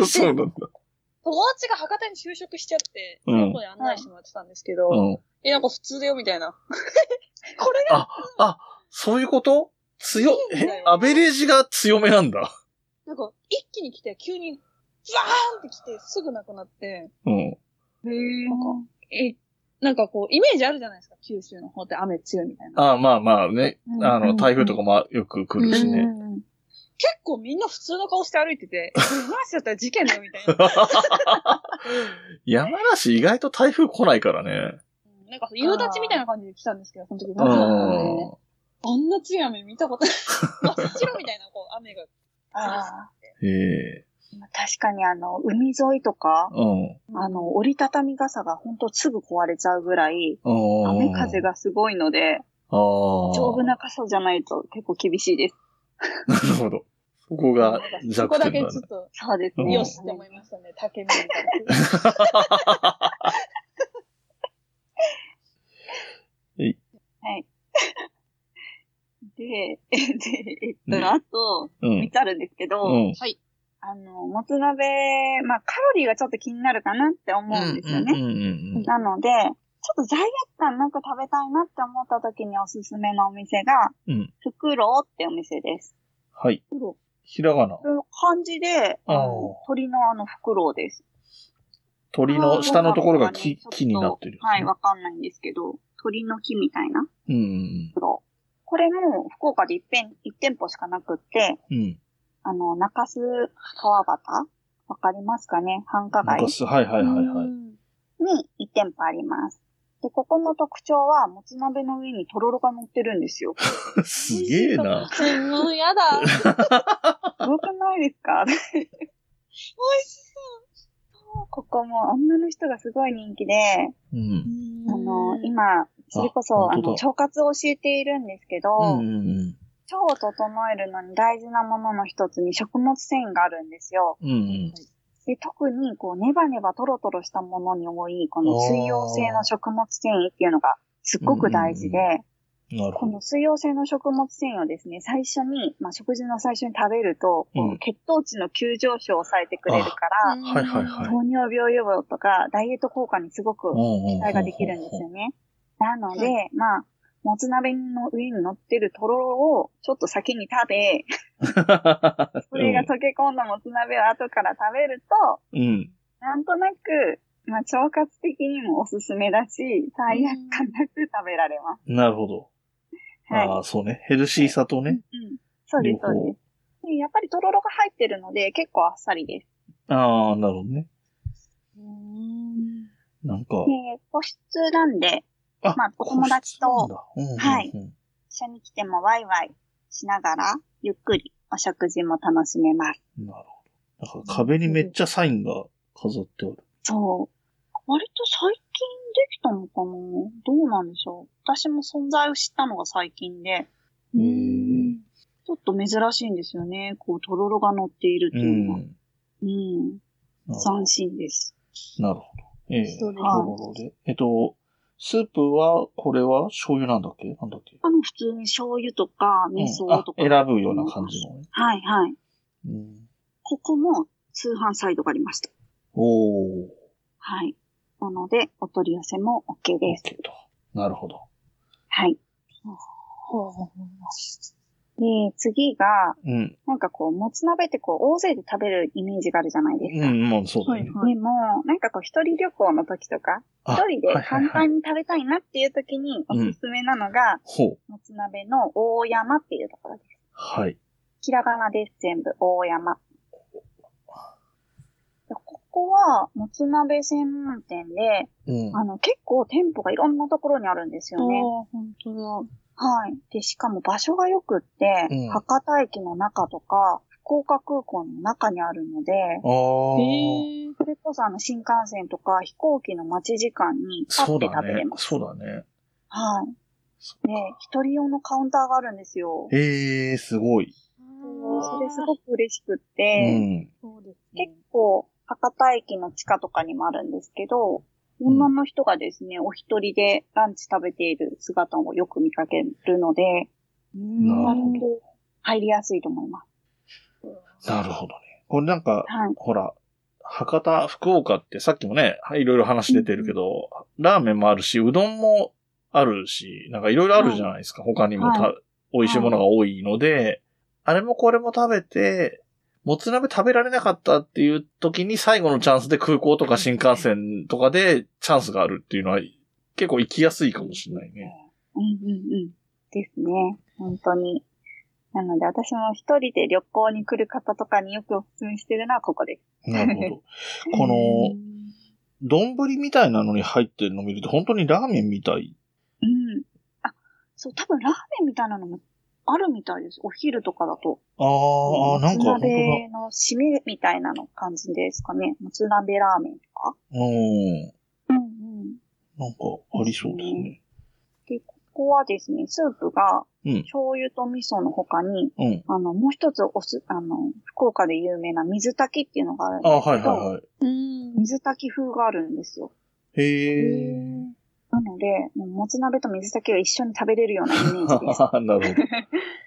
[SPEAKER 2] よ。
[SPEAKER 1] そうなんだ。
[SPEAKER 2] 友達が博多に就職しちゃって、
[SPEAKER 1] うん
[SPEAKER 2] そこに案内してもらってたんですけど、
[SPEAKER 1] うん。
[SPEAKER 2] え、なんか普通だよ、みたいな。 これ
[SPEAKER 1] そういうこと強、
[SPEAKER 2] いいんだ
[SPEAKER 1] え、
[SPEAKER 2] よ
[SPEAKER 1] アベレージが強めなんだ。
[SPEAKER 2] なんか、一気に来て、急に、ザーンって来て、すぐなくなって、
[SPEAKER 1] うん。
[SPEAKER 2] なんか、え、なんかこう、イメージあるじゃないですか、九州の方って雨強いみたいな。
[SPEAKER 1] ああ、まあまあね
[SPEAKER 3] う。ん
[SPEAKER 1] あの、台風とかもよく来るし
[SPEAKER 3] うんう
[SPEAKER 1] ね。
[SPEAKER 3] んうん
[SPEAKER 2] 結構みんな普通の顔して歩いて て、これマジだったら事件だよ、みたいな。
[SPEAKER 1] 山梨意外と台風来ないからね。
[SPEAKER 2] うんなんかそう夕立みたいな感じで来たんですけど、その時
[SPEAKER 1] う
[SPEAKER 2] マジだったんで、
[SPEAKER 1] ん。
[SPEAKER 2] あんな強い雨見た ことない。真っ白みたいな、こう、雨が。
[SPEAKER 3] あ
[SPEAKER 1] ええ。
[SPEAKER 3] ー確かにあの、海沿いとか、
[SPEAKER 1] うん。
[SPEAKER 3] あの、折りたたみ傘がほんとすぐ壊れちゃうぐらい、
[SPEAKER 1] うん
[SPEAKER 3] 雨風。がすごいので、
[SPEAKER 1] ああ。
[SPEAKER 3] 丈夫な傘じゃないと結構厳しいです。
[SPEAKER 1] なるほど。そこが
[SPEAKER 2] そ
[SPEAKER 1] 弱
[SPEAKER 2] こだ
[SPEAKER 1] 点
[SPEAKER 2] けちょ
[SPEAKER 1] だね
[SPEAKER 2] っ。と、
[SPEAKER 3] そうです
[SPEAKER 1] うん
[SPEAKER 3] ね。
[SPEAKER 2] よしって思いましたね、竹見みたいな。
[SPEAKER 3] で、えで、えっと、
[SPEAKER 1] うん
[SPEAKER 3] あと、
[SPEAKER 1] う
[SPEAKER 3] 見
[SPEAKER 1] ん。
[SPEAKER 3] てあるんですけど、
[SPEAKER 1] うん。
[SPEAKER 3] あの、もつ鍋、まあ、カロリーがちょっと気になるかなって思うんですよね。
[SPEAKER 1] うんうんうん
[SPEAKER 3] なので、ちょっと罪悪感なく食べたいなって思った時におすすめのお店が、
[SPEAKER 1] うん
[SPEAKER 3] ふくろうってお店です。
[SPEAKER 1] はい。ひらがな
[SPEAKER 3] こ。れ漢字で、
[SPEAKER 1] あー
[SPEAKER 3] あの鳥のあのふくろうです。
[SPEAKER 1] 鳥の下のところが
[SPEAKER 3] あー
[SPEAKER 1] 木
[SPEAKER 3] ちょっと
[SPEAKER 1] 木になってる。
[SPEAKER 3] はい、わかんないんですけど、鳥の木みたいな
[SPEAKER 1] うんうん
[SPEAKER 3] ふくろう。これも福岡で一遍、一店舗しかなくって、
[SPEAKER 1] うん。うん。
[SPEAKER 3] あの、中洲川端わかりますかね繁華街
[SPEAKER 1] 昔はいはいはいは
[SPEAKER 2] う
[SPEAKER 1] い。
[SPEAKER 2] ん
[SPEAKER 3] に1店舗あります。で、ここの特徴は、もつ鍋の上にとろろが乗ってるんです よ。
[SPEAKER 1] すげえな。
[SPEAKER 2] もうやだ。美味し
[SPEAKER 3] すごくないですか ここも女の人がすごい人気で、
[SPEAKER 1] うん。
[SPEAKER 2] そう。
[SPEAKER 3] あの、、今、それこそ、
[SPEAKER 1] あ
[SPEAKER 3] あ
[SPEAKER 1] 本当だ
[SPEAKER 3] の、腸活を教えているんですけど、
[SPEAKER 1] うんうん
[SPEAKER 3] 腸を整えるのに大事なものの一つに食物繊維があるんですよ。
[SPEAKER 1] うん。うん
[SPEAKER 3] で、特に、こう、ネバネバトロトロしたものに多い、この水溶性の食物繊維っていうのがすっごく大事で、
[SPEAKER 1] うんうん。なる
[SPEAKER 3] こ
[SPEAKER 1] ほど。
[SPEAKER 3] の水溶性の食物繊維をですね、最初に、まあ、食事の最初に食べると、こう
[SPEAKER 1] うん
[SPEAKER 3] 血糖値の急上昇を抑えてくれるか
[SPEAKER 2] う
[SPEAKER 3] ら、
[SPEAKER 2] ん
[SPEAKER 1] はいはいはい
[SPEAKER 3] 糖尿病予防とかダイエット効果にすごく期
[SPEAKER 1] 期
[SPEAKER 3] 待ができるんですよね。なので、まあ、もつ鍋の上に乗ってるとろろをちょっと先に食べ、それが溶け込んだもつ鍋を後から食べると、
[SPEAKER 1] うん。
[SPEAKER 3] なんとなく、まあ、腸活的にもおすすめだし、罪悪感なく食べられます。
[SPEAKER 1] なるほど。
[SPEAKER 3] はい。
[SPEAKER 1] ああ、そうね。ヘルシーさとね。
[SPEAKER 3] うん。そうです、そう
[SPEAKER 1] 両
[SPEAKER 3] です。でやっぱりとろろが入ってるので、結構あっさりです。
[SPEAKER 1] ああ、なるほどね。
[SPEAKER 2] うん
[SPEAKER 1] なんか
[SPEAKER 3] で、、個室なんで、
[SPEAKER 1] あ
[SPEAKER 3] まあ、お友達と
[SPEAKER 1] そうなんだ。
[SPEAKER 3] は
[SPEAKER 1] うんうんうん
[SPEAKER 3] 一緒に来てもワイワイしながら、ゆっくりお食事も楽しめます。
[SPEAKER 1] なるほど。なんか壁にめっちゃサインが飾ってある。
[SPEAKER 3] そう。割と最近できたのかなどうなんでしょう。私も存在を知ったのが最近で、
[SPEAKER 1] う
[SPEAKER 2] うん
[SPEAKER 1] ん。
[SPEAKER 3] ちょっと珍しいんですよね。こう、とろろが乗っているって
[SPEAKER 1] う
[SPEAKER 3] いうのは。
[SPEAKER 1] ん。
[SPEAKER 3] うん。
[SPEAKER 1] なるほ
[SPEAKER 3] 斬新です。
[SPEAKER 1] ど。なるほど。ええ。
[SPEAKER 2] そうです
[SPEAKER 1] ところで。えっと、スープは、これは醤油なんだっけなんだっけ
[SPEAKER 3] あの、普通に醤油とか、味
[SPEAKER 1] う
[SPEAKER 3] 噌
[SPEAKER 1] んあ
[SPEAKER 3] とか。
[SPEAKER 1] 選ぶような感じのね。
[SPEAKER 3] はい、はい。
[SPEAKER 1] うん。
[SPEAKER 3] ここも通販サイトがありました。
[SPEAKER 1] おー。
[SPEAKER 3] はい。なので、お取り寄せも OK です
[SPEAKER 1] OK と。なるほど。
[SPEAKER 3] はい。で、次が、
[SPEAKER 1] うん。
[SPEAKER 3] なんかこう、もつ鍋ってこう、大勢で食べるイメージがあるじゃないです
[SPEAKER 1] う
[SPEAKER 3] か。
[SPEAKER 1] ん、もうそうだよね。
[SPEAKER 3] でも、なんかこう、一人旅行の時とか、
[SPEAKER 1] あ
[SPEAKER 3] 一人で
[SPEAKER 1] はいはいはい
[SPEAKER 3] 簡単に食べたいなっていう時におすすめなのが、
[SPEAKER 1] ほう。
[SPEAKER 3] もつ鍋の大山っていうところです。
[SPEAKER 1] はい。
[SPEAKER 3] ひらがなです、全部。大山。でここは、もつ鍋専門店で、
[SPEAKER 1] うん。
[SPEAKER 3] あの、結構店舗がいろんなところにあるんですよね。
[SPEAKER 2] あ、本当
[SPEAKER 3] はい。で、しかも場所が良くって、
[SPEAKER 1] うん
[SPEAKER 3] 博多駅の中とか、福岡空港の中にあるので、
[SPEAKER 1] ああ
[SPEAKER 2] だ。ええ。
[SPEAKER 3] それこそあの新幹線とか飛行機の待ち時間に立
[SPEAKER 1] そう
[SPEAKER 3] って
[SPEAKER 1] だ
[SPEAKER 3] 食べ
[SPEAKER 1] ね
[SPEAKER 3] れ。ます。
[SPEAKER 1] そうだね。
[SPEAKER 3] はい。
[SPEAKER 1] そ
[SPEAKER 3] で、一人用のカウンターがあるんですよ。
[SPEAKER 1] ええすごい。
[SPEAKER 3] それす
[SPEAKER 2] い。
[SPEAKER 3] ごく嬉しくっ
[SPEAKER 1] う
[SPEAKER 3] て、
[SPEAKER 1] ん。
[SPEAKER 2] そうですね
[SPEAKER 3] 結構、博多駅の地下とかにもあるんですけど、女の人がですね、お一人でランチ食べている姿をよく見かけるので、
[SPEAKER 1] なるほ
[SPEAKER 3] 割と入りやすいと思います。
[SPEAKER 1] なるほどね。これなんか、
[SPEAKER 3] はい。
[SPEAKER 1] ほら、博多、福岡ってさっきもね、いろいろ話出てるけど、ラーメンもあるし、うどんもあるし、なんかいろいろあるじゃないですか。他にもた、
[SPEAKER 3] は
[SPEAKER 1] 美味しいものが多いので、あれもこれも食べて、もつ鍋食べられなかったっていう時に最後のチャンスで空港とか新幹線とかでチャンスがあるっていうのは結構行きやすいかもしれないね。
[SPEAKER 3] うんうんうん。ですね。本当に。なので、私も一人で旅行に来る方とかによくお勧めしてるのはここです。
[SPEAKER 1] なるほど。この、丼みたいなのに入ってるの見ると本当にラーメンみたい。
[SPEAKER 3] うん。あ、そう、多分ラーメンみたいなのもあるみたいです。お昼とかだと。
[SPEAKER 1] あーあー、なんか
[SPEAKER 3] も
[SPEAKER 1] 本
[SPEAKER 3] つ
[SPEAKER 1] 当だ。
[SPEAKER 3] 鍋の締めみたいなの感じですかね。もつ鍋ラーメンとか。
[SPEAKER 1] うん。
[SPEAKER 3] うんうん。
[SPEAKER 1] なんか、ありそうですね。
[SPEAKER 3] で、ここはですね、スープが
[SPEAKER 1] うん
[SPEAKER 3] 醤油と味噌の他に、
[SPEAKER 1] うん。
[SPEAKER 3] あの、もう一つおす、あの、福岡で有名な水炊きっていうのがあるん
[SPEAKER 1] あ
[SPEAKER 3] です
[SPEAKER 1] は
[SPEAKER 3] け
[SPEAKER 1] い
[SPEAKER 3] ど、
[SPEAKER 1] はいはい。
[SPEAKER 2] うん。
[SPEAKER 3] 水炊き風があるんですよ。
[SPEAKER 1] へえ。
[SPEAKER 3] なので、もうもつ鍋と水炊きを一緒に食べれるようなイメー ジです。
[SPEAKER 1] なるほど。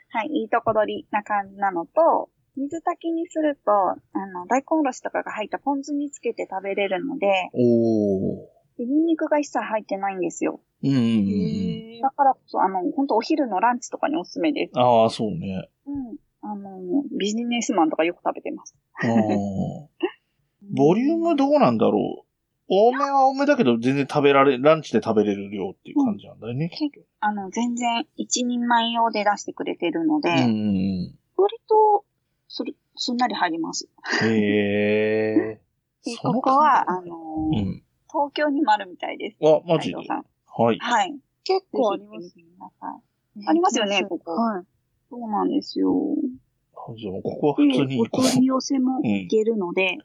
[SPEAKER 3] はい、いいとこ取りな感じなのと、水炊きにすると、あの、大根おろしとかが入ったポン酢につけて食べれるので、
[SPEAKER 1] おー。
[SPEAKER 3] でニンニクが一切入ってないんですよ。
[SPEAKER 1] うんうんうんうん。
[SPEAKER 2] え
[SPEAKER 3] だからこそ、あの、本当お昼のランチとかにおすすめです。
[SPEAKER 1] ああ、そうね。
[SPEAKER 3] うん。あの、ビジネスマンとかよく食べてます。
[SPEAKER 1] あーボリュームどうなんだろう。多めは多めだけど、全然食べられ、ランチで食べれる量っていう感じなんだよね。
[SPEAKER 3] あの、全然一人前用で出してくれてるので、
[SPEAKER 1] うんうん
[SPEAKER 3] 割と、する、すんなり入ります。
[SPEAKER 1] うん。へえ。
[SPEAKER 3] で、
[SPEAKER 1] そ
[SPEAKER 3] こ
[SPEAKER 1] の
[SPEAKER 3] こは、あ
[SPEAKER 1] 感
[SPEAKER 3] の
[SPEAKER 1] じ、うん。
[SPEAKER 3] 東京にもあるみたいです。
[SPEAKER 1] あ、マジで
[SPEAKER 3] 斉。藤さん
[SPEAKER 1] はい。
[SPEAKER 3] はい。
[SPEAKER 2] 結
[SPEAKER 3] こ
[SPEAKER 2] 構
[SPEAKER 3] う
[SPEAKER 2] ありますね。
[SPEAKER 3] ありますよね、ここ。
[SPEAKER 2] はい。
[SPEAKER 3] そうなんですよ。
[SPEAKER 1] じゃあもうここは
[SPEAKER 3] で
[SPEAKER 1] 普通に行
[SPEAKER 3] お
[SPEAKER 1] こう。
[SPEAKER 3] 取り
[SPEAKER 1] 普
[SPEAKER 3] 寄せもいけるので、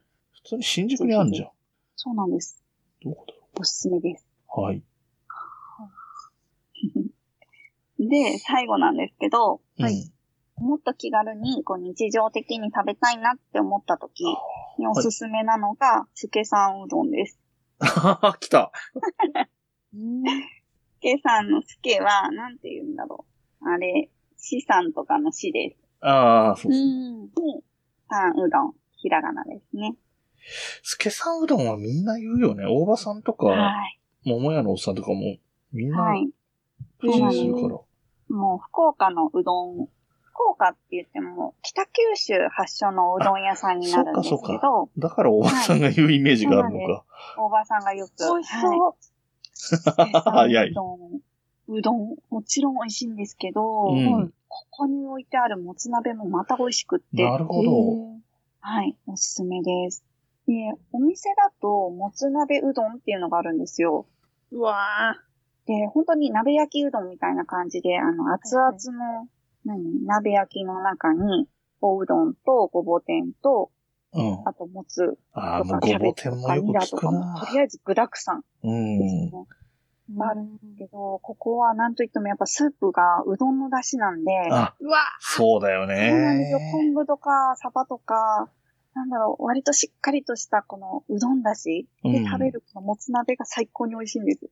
[SPEAKER 1] 通に新宿にあるじゃん。
[SPEAKER 3] そうなんです。
[SPEAKER 1] どこだろ
[SPEAKER 3] おすすめです。
[SPEAKER 1] う。はい。
[SPEAKER 3] で、最後なんですけど、
[SPEAKER 1] うん。
[SPEAKER 3] もっと気軽にこう日常的に食べたいなって思った時におすすめなのが、つけさんうどんです。
[SPEAKER 1] 来た。
[SPEAKER 3] つけさんのつけは、なんて言うんだろう。あれ、しさんとかのしです。
[SPEAKER 1] ああ、そう
[SPEAKER 2] う
[SPEAKER 1] そう。
[SPEAKER 2] ん。
[SPEAKER 3] さんうどん、ひらがなですね。
[SPEAKER 1] スケさんうどんはみんな言うよね。大場さんとか、
[SPEAKER 3] はい。
[SPEAKER 1] 桃屋のおっさんとかも、みんな
[SPEAKER 3] はい。
[SPEAKER 1] 口にするから。
[SPEAKER 3] もう福岡のうどん、福岡って言っても、北九州発祥のうどん屋さんになるんですけ
[SPEAKER 1] あそうか
[SPEAKER 3] ど、
[SPEAKER 1] だからおばさんが言うイメージがあるのか。
[SPEAKER 3] 大場さんがよく、
[SPEAKER 2] 美味し
[SPEAKER 3] は
[SPEAKER 2] そう。
[SPEAKER 3] い
[SPEAKER 1] 早いう
[SPEAKER 3] どん、うどん、もちろん美味しいんですけど、
[SPEAKER 1] うん。
[SPEAKER 3] ここに置いてあるもつ鍋もまた美味しくって、
[SPEAKER 1] なるほど。
[SPEAKER 3] はい、おすすめです。で、お店だと、もつ鍋うどんっていうのがあるんですよ。
[SPEAKER 2] うわぁ。
[SPEAKER 3] で、本当に鍋焼きうどんみたいな感じで、あの、熱々の、何、鍋焼きの中に、おうどんとごぼ天と、
[SPEAKER 1] うん。
[SPEAKER 3] あともつ
[SPEAKER 1] ああ、
[SPEAKER 3] と
[SPEAKER 1] も
[SPEAKER 3] か
[SPEAKER 1] う
[SPEAKER 3] キ
[SPEAKER 1] ご
[SPEAKER 3] ャ
[SPEAKER 1] ぼ
[SPEAKER 3] ベツと
[SPEAKER 1] 天も
[SPEAKER 3] か
[SPEAKER 1] よ
[SPEAKER 3] ニ
[SPEAKER 1] く
[SPEAKER 3] ラ
[SPEAKER 1] 聞
[SPEAKER 3] と
[SPEAKER 1] く
[SPEAKER 3] かも、と
[SPEAKER 1] な。
[SPEAKER 3] りあえず具沢山
[SPEAKER 1] う
[SPEAKER 3] ですね
[SPEAKER 1] ん。。
[SPEAKER 3] あるけど、ここはなんといってもやっぱスープがうどんの出汁なんで、
[SPEAKER 1] あ、
[SPEAKER 2] うわ
[SPEAKER 1] そうだよ
[SPEAKER 3] そうなんですよ。
[SPEAKER 1] ね。
[SPEAKER 3] 昆布とか、サバとか、なんだろう、割としっかりとしたこのうどんだし
[SPEAKER 1] う
[SPEAKER 3] で
[SPEAKER 1] ん
[SPEAKER 3] 食べるこのもつ鍋が最高に美味しいんです。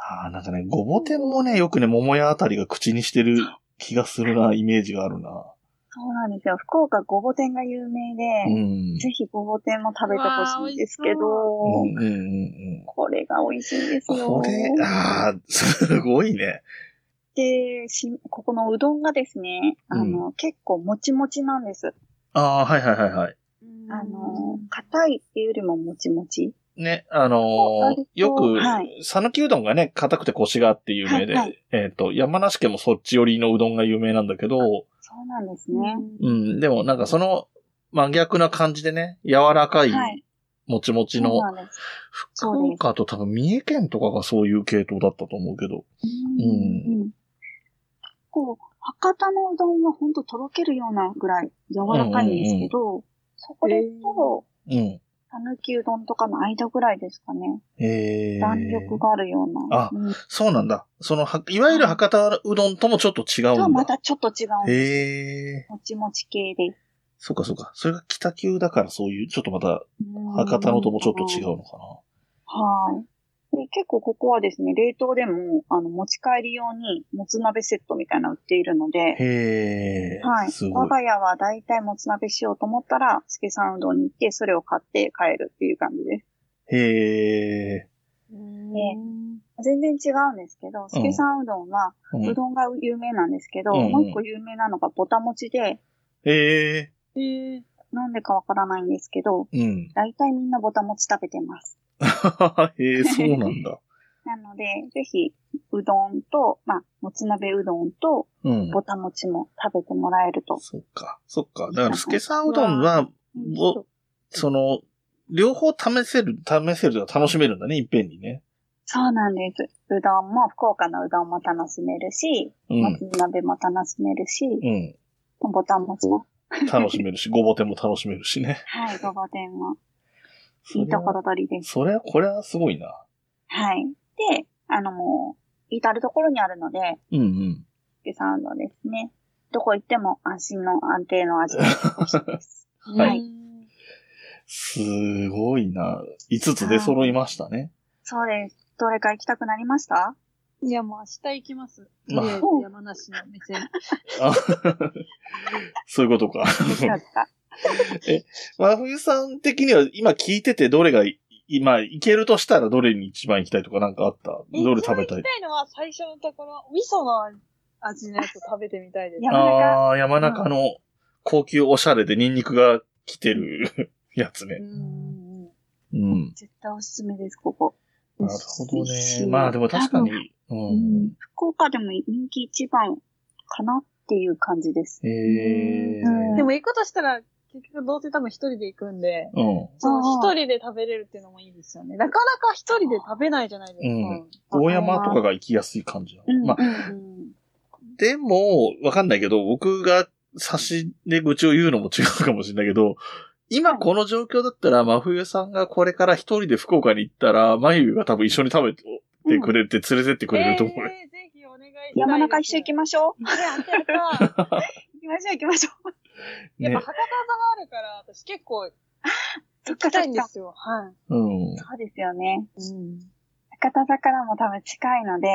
[SPEAKER 1] ああ、なんかね、ごぼ天もね、よくね、桃屋あたりが口にしてる気がするな、イメージがあるな。
[SPEAKER 3] そうなんですよ。福岡ごぼ天が有名
[SPEAKER 1] う
[SPEAKER 3] で、
[SPEAKER 1] ん。
[SPEAKER 3] ぜひごぼ天も食べてほしいんですけど、
[SPEAKER 1] うんうんうんうん。
[SPEAKER 3] これが美味しいんですよ。
[SPEAKER 1] これ、ああ、すごいね。
[SPEAKER 3] でし、ここのうどんがですね、あの、結構もちもちなんです。
[SPEAKER 1] ああ、はいはいはいはい。
[SPEAKER 3] あの、硬いっていうよりももちもち。
[SPEAKER 1] ね、あのー
[SPEAKER 3] 割と
[SPEAKER 1] よく
[SPEAKER 3] はい、
[SPEAKER 1] 讃岐、うどんがね、硬くてコシがあって有名で、
[SPEAKER 3] はいは
[SPEAKER 1] えっ、と、山梨県もそっち寄りのうどんが有名なんだけど、
[SPEAKER 3] そそうなんですね。
[SPEAKER 1] うん。でもなんかその真逆な感じでね、柔らかい、
[SPEAKER 3] はい。
[SPEAKER 1] もちもち
[SPEAKER 3] そ
[SPEAKER 1] の
[SPEAKER 3] う、なんです。
[SPEAKER 1] 福
[SPEAKER 3] そうです
[SPEAKER 1] 岡と多分三重県とかがそういう系統だったと思うけど。うん。
[SPEAKER 3] うんこう、博多のうどんはほんととろけるようなぐらい柔らかいんですけど、そこでと、
[SPEAKER 1] うん。
[SPEAKER 3] たぬきうどんとかの間ぐらいですかね。
[SPEAKER 1] えー、
[SPEAKER 3] 弾力があるよう
[SPEAKER 1] あ
[SPEAKER 3] な。うん
[SPEAKER 1] そうなんだ。そのは、いわゆる博多うどんともちょっと違
[SPEAKER 3] と
[SPEAKER 1] う
[SPEAKER 3] は
[SPEAKER 1] ん
[SPEAKER 3] ま
[SPEAKER 1] だ。
[SPEAKER 3] たちょっと違う。
[SPEAKER 1] へえー。
[SPEAKER 3] もちもち系で。
[SPEAKER 1] そうかそうか。それが北急だからそういう、ちょっとまた博多のともちょっと違う。のか
[SPEAKER 3] はい。で結構ここはですね、冷凍でも、あの、持ち帰り用に、もつ鍋セットみたいなの売っているので、
[SPEAKER 1] な。へえー。
[SPEAKER 3] はい
[SPEAKER 1] す。ご
[SPEAKER 3] 我
[SPEAKER 1] い。
[SPEAKER 3] が家はだいたいもつ鍋しようと思ったら、つけさんうどんに行って、それを買って帰るっていう感じです。
[SPEAKER 1] へえ
[SPEAKER 2] うん。
[SPEAKER 3] 全然違うんですけど、つけさんうどんは、
[SPEAKER 1] ー。う、
[SPEAKER 3] うんどんが有名なんですけど、
[SPEAKER 1] うんうん
[SPEAKER 3] もう一個有名なのがぼたもちで、
[SPEAKER 1] へえ
[SPEAKER 2] ええ。
[SPEAKER 3] なんでかわからないんですけど、
[SPEAKER 1] ー。うん。
[SPEAKER 3] だいたいみんなぼたもち食べてます。
[SPEAKER 1] へえー、そうなんだ。
[SPEAKER 3] なので、ぜひ、うどんと、まあ、もつ鍋うどんと、
[SPEAKER 1] うん。
[SPEAKER 3] ぼたもちも食べてもらえると。
[SPEAKER 1] そっか。そっか。だから、スケさんうどんは、おその、両方試せる、試せるとか楽しめるんだね、いっぺんにね。
[SPEAKER 3] そうなんです。うどんも、福岡のうどんも楽しめるし、
[SPEAKER 1] う
[SPEAKER 3] も
[SPEAKER 1] ん
[SPEAKER 3] つ。鍋も楽しめるし、
[SPEAKER 1] うん。
[SPEAKER 3] ボタンもちも。
[SPEAKER 1] 楽しめ るし、ごぼ天も楽しめるしね。
[SPEAKER 3] はい、ごぼ天も。
[SPEAKER 1] そ
[SPEAKER 3] い
[SPEAKER 1] れ
[SPEAKER 3] いところ取りです。
[SPEAKER 1] それは、これはすごいな。
[SPEAKER 3] はい。で、あのもう、至るところにあるので、
[SPEAKER 1] うんうん。
[SPEAKER 3] でサウンドですね。どこ行っても安心の安定の味が欲し いです。はい
[SPEAKER 2] うん。
[SPEAKER 1] すごいな。5つ出揃いましたね。
[SPEAKER 3] そうです。どれか行きたくなりました
[SPEAKER 2] いや、もう明日行きます。
[SPEAKER 1] ま
[SPEAKER 2] と
[SPEAKER 1] あ
[SPEAKER 2] りあえず山梨の目線。
[SPEAKER 1] あそういうことか。
[SPEAKER 3] どうです か
[SPEAKER 1] 真冬さん的には、今聞いてて、どれがい、今、いけるとしたら、どれに一番行きたいとかなんかあったどれ食べたい
[SPEAKER 2] 一番行きたいのは最初のところ、味噌の味のやつ食べてみたいです
[SPEAKER 3] い。や山中
[SPEAKER 1] ああー、山中の高級おしゃれでニンニクが来てるやつ
[SPEAKER 2] う
[SPEAKER 1] ね。
[SPEAKER 2] ん。
[SPEAKER 1] うん。
[SPEAKER 3] 絶対おすすめです、ここ。
[SPEAKER 1] なるほど
[SPEAKER 3] 美味し
[SPEAKER 1] ね。
[SPEAKER 3] い
[SPEAKER 1] まあでも確かに。う
[SPEAKER 3] 多分うん
[SPEAKER 1] ん。
[SPEAKER 3] 福岡でも人気一番かなっていう感じです。
[SPEAKER 1] ええ
[SPEAKER 3] うん
[SPEAKER 2] でも行くとしたら、結局どうせ多分一人で行くんで、
[SPEAKER 1] うん。
[SPEAKER 2] その
[SPEAKER 3] あー
[SPEAKER 2] 一人で食べれるっていうのもいいですよね。なかなか一人で食べないじゃないですか。
[SPEAKER 1] 大山とかが行きやすい感じな
[SPEAKER 3] うん
[SPEAKER 1] の。まあ、
[SPEAKER 2] うん
[SPEAKER 1] でも、わかんないけど、僕が差しで愚痴を言うのも違うかもしれないけど、今この状況だったら、真冬さんがこれから一人で福岡に行ったら、真ゆが多分一緒に食べてくれて、連れてってくれると思うよ。
[SPEAKER 2] えーぜひお願いしたいです。
[SPEAKER 3] 山中一緒行きましょう。
[SPEAKER 2] ねやったやった
[SPEAKER 3] 行きましょう、行きましょう。
[SPEAKER 2] やっ
[SPEAKER 1] ね
[SPEAKER 2] ぱ博多座があるから、私結構
[SPEAKER 3] そ
[SPEAKER 2] 行
[SPEAKER 3] っか
[SPEAKER 2] き
[SPEAKER 3] そ
[SPEAKER 2] た
[SPEAKER 3] っ
[SPEAKER 2] いんで
[SPEAKER 3] か。
[SPEAKER 2] すよ。は
[SPEAKER 1] うん。
[SPEAKER 3] そうですよね。
[SPEAKER 2] い。うん。
[SPEAKER 3] 博多座からも多分近いので、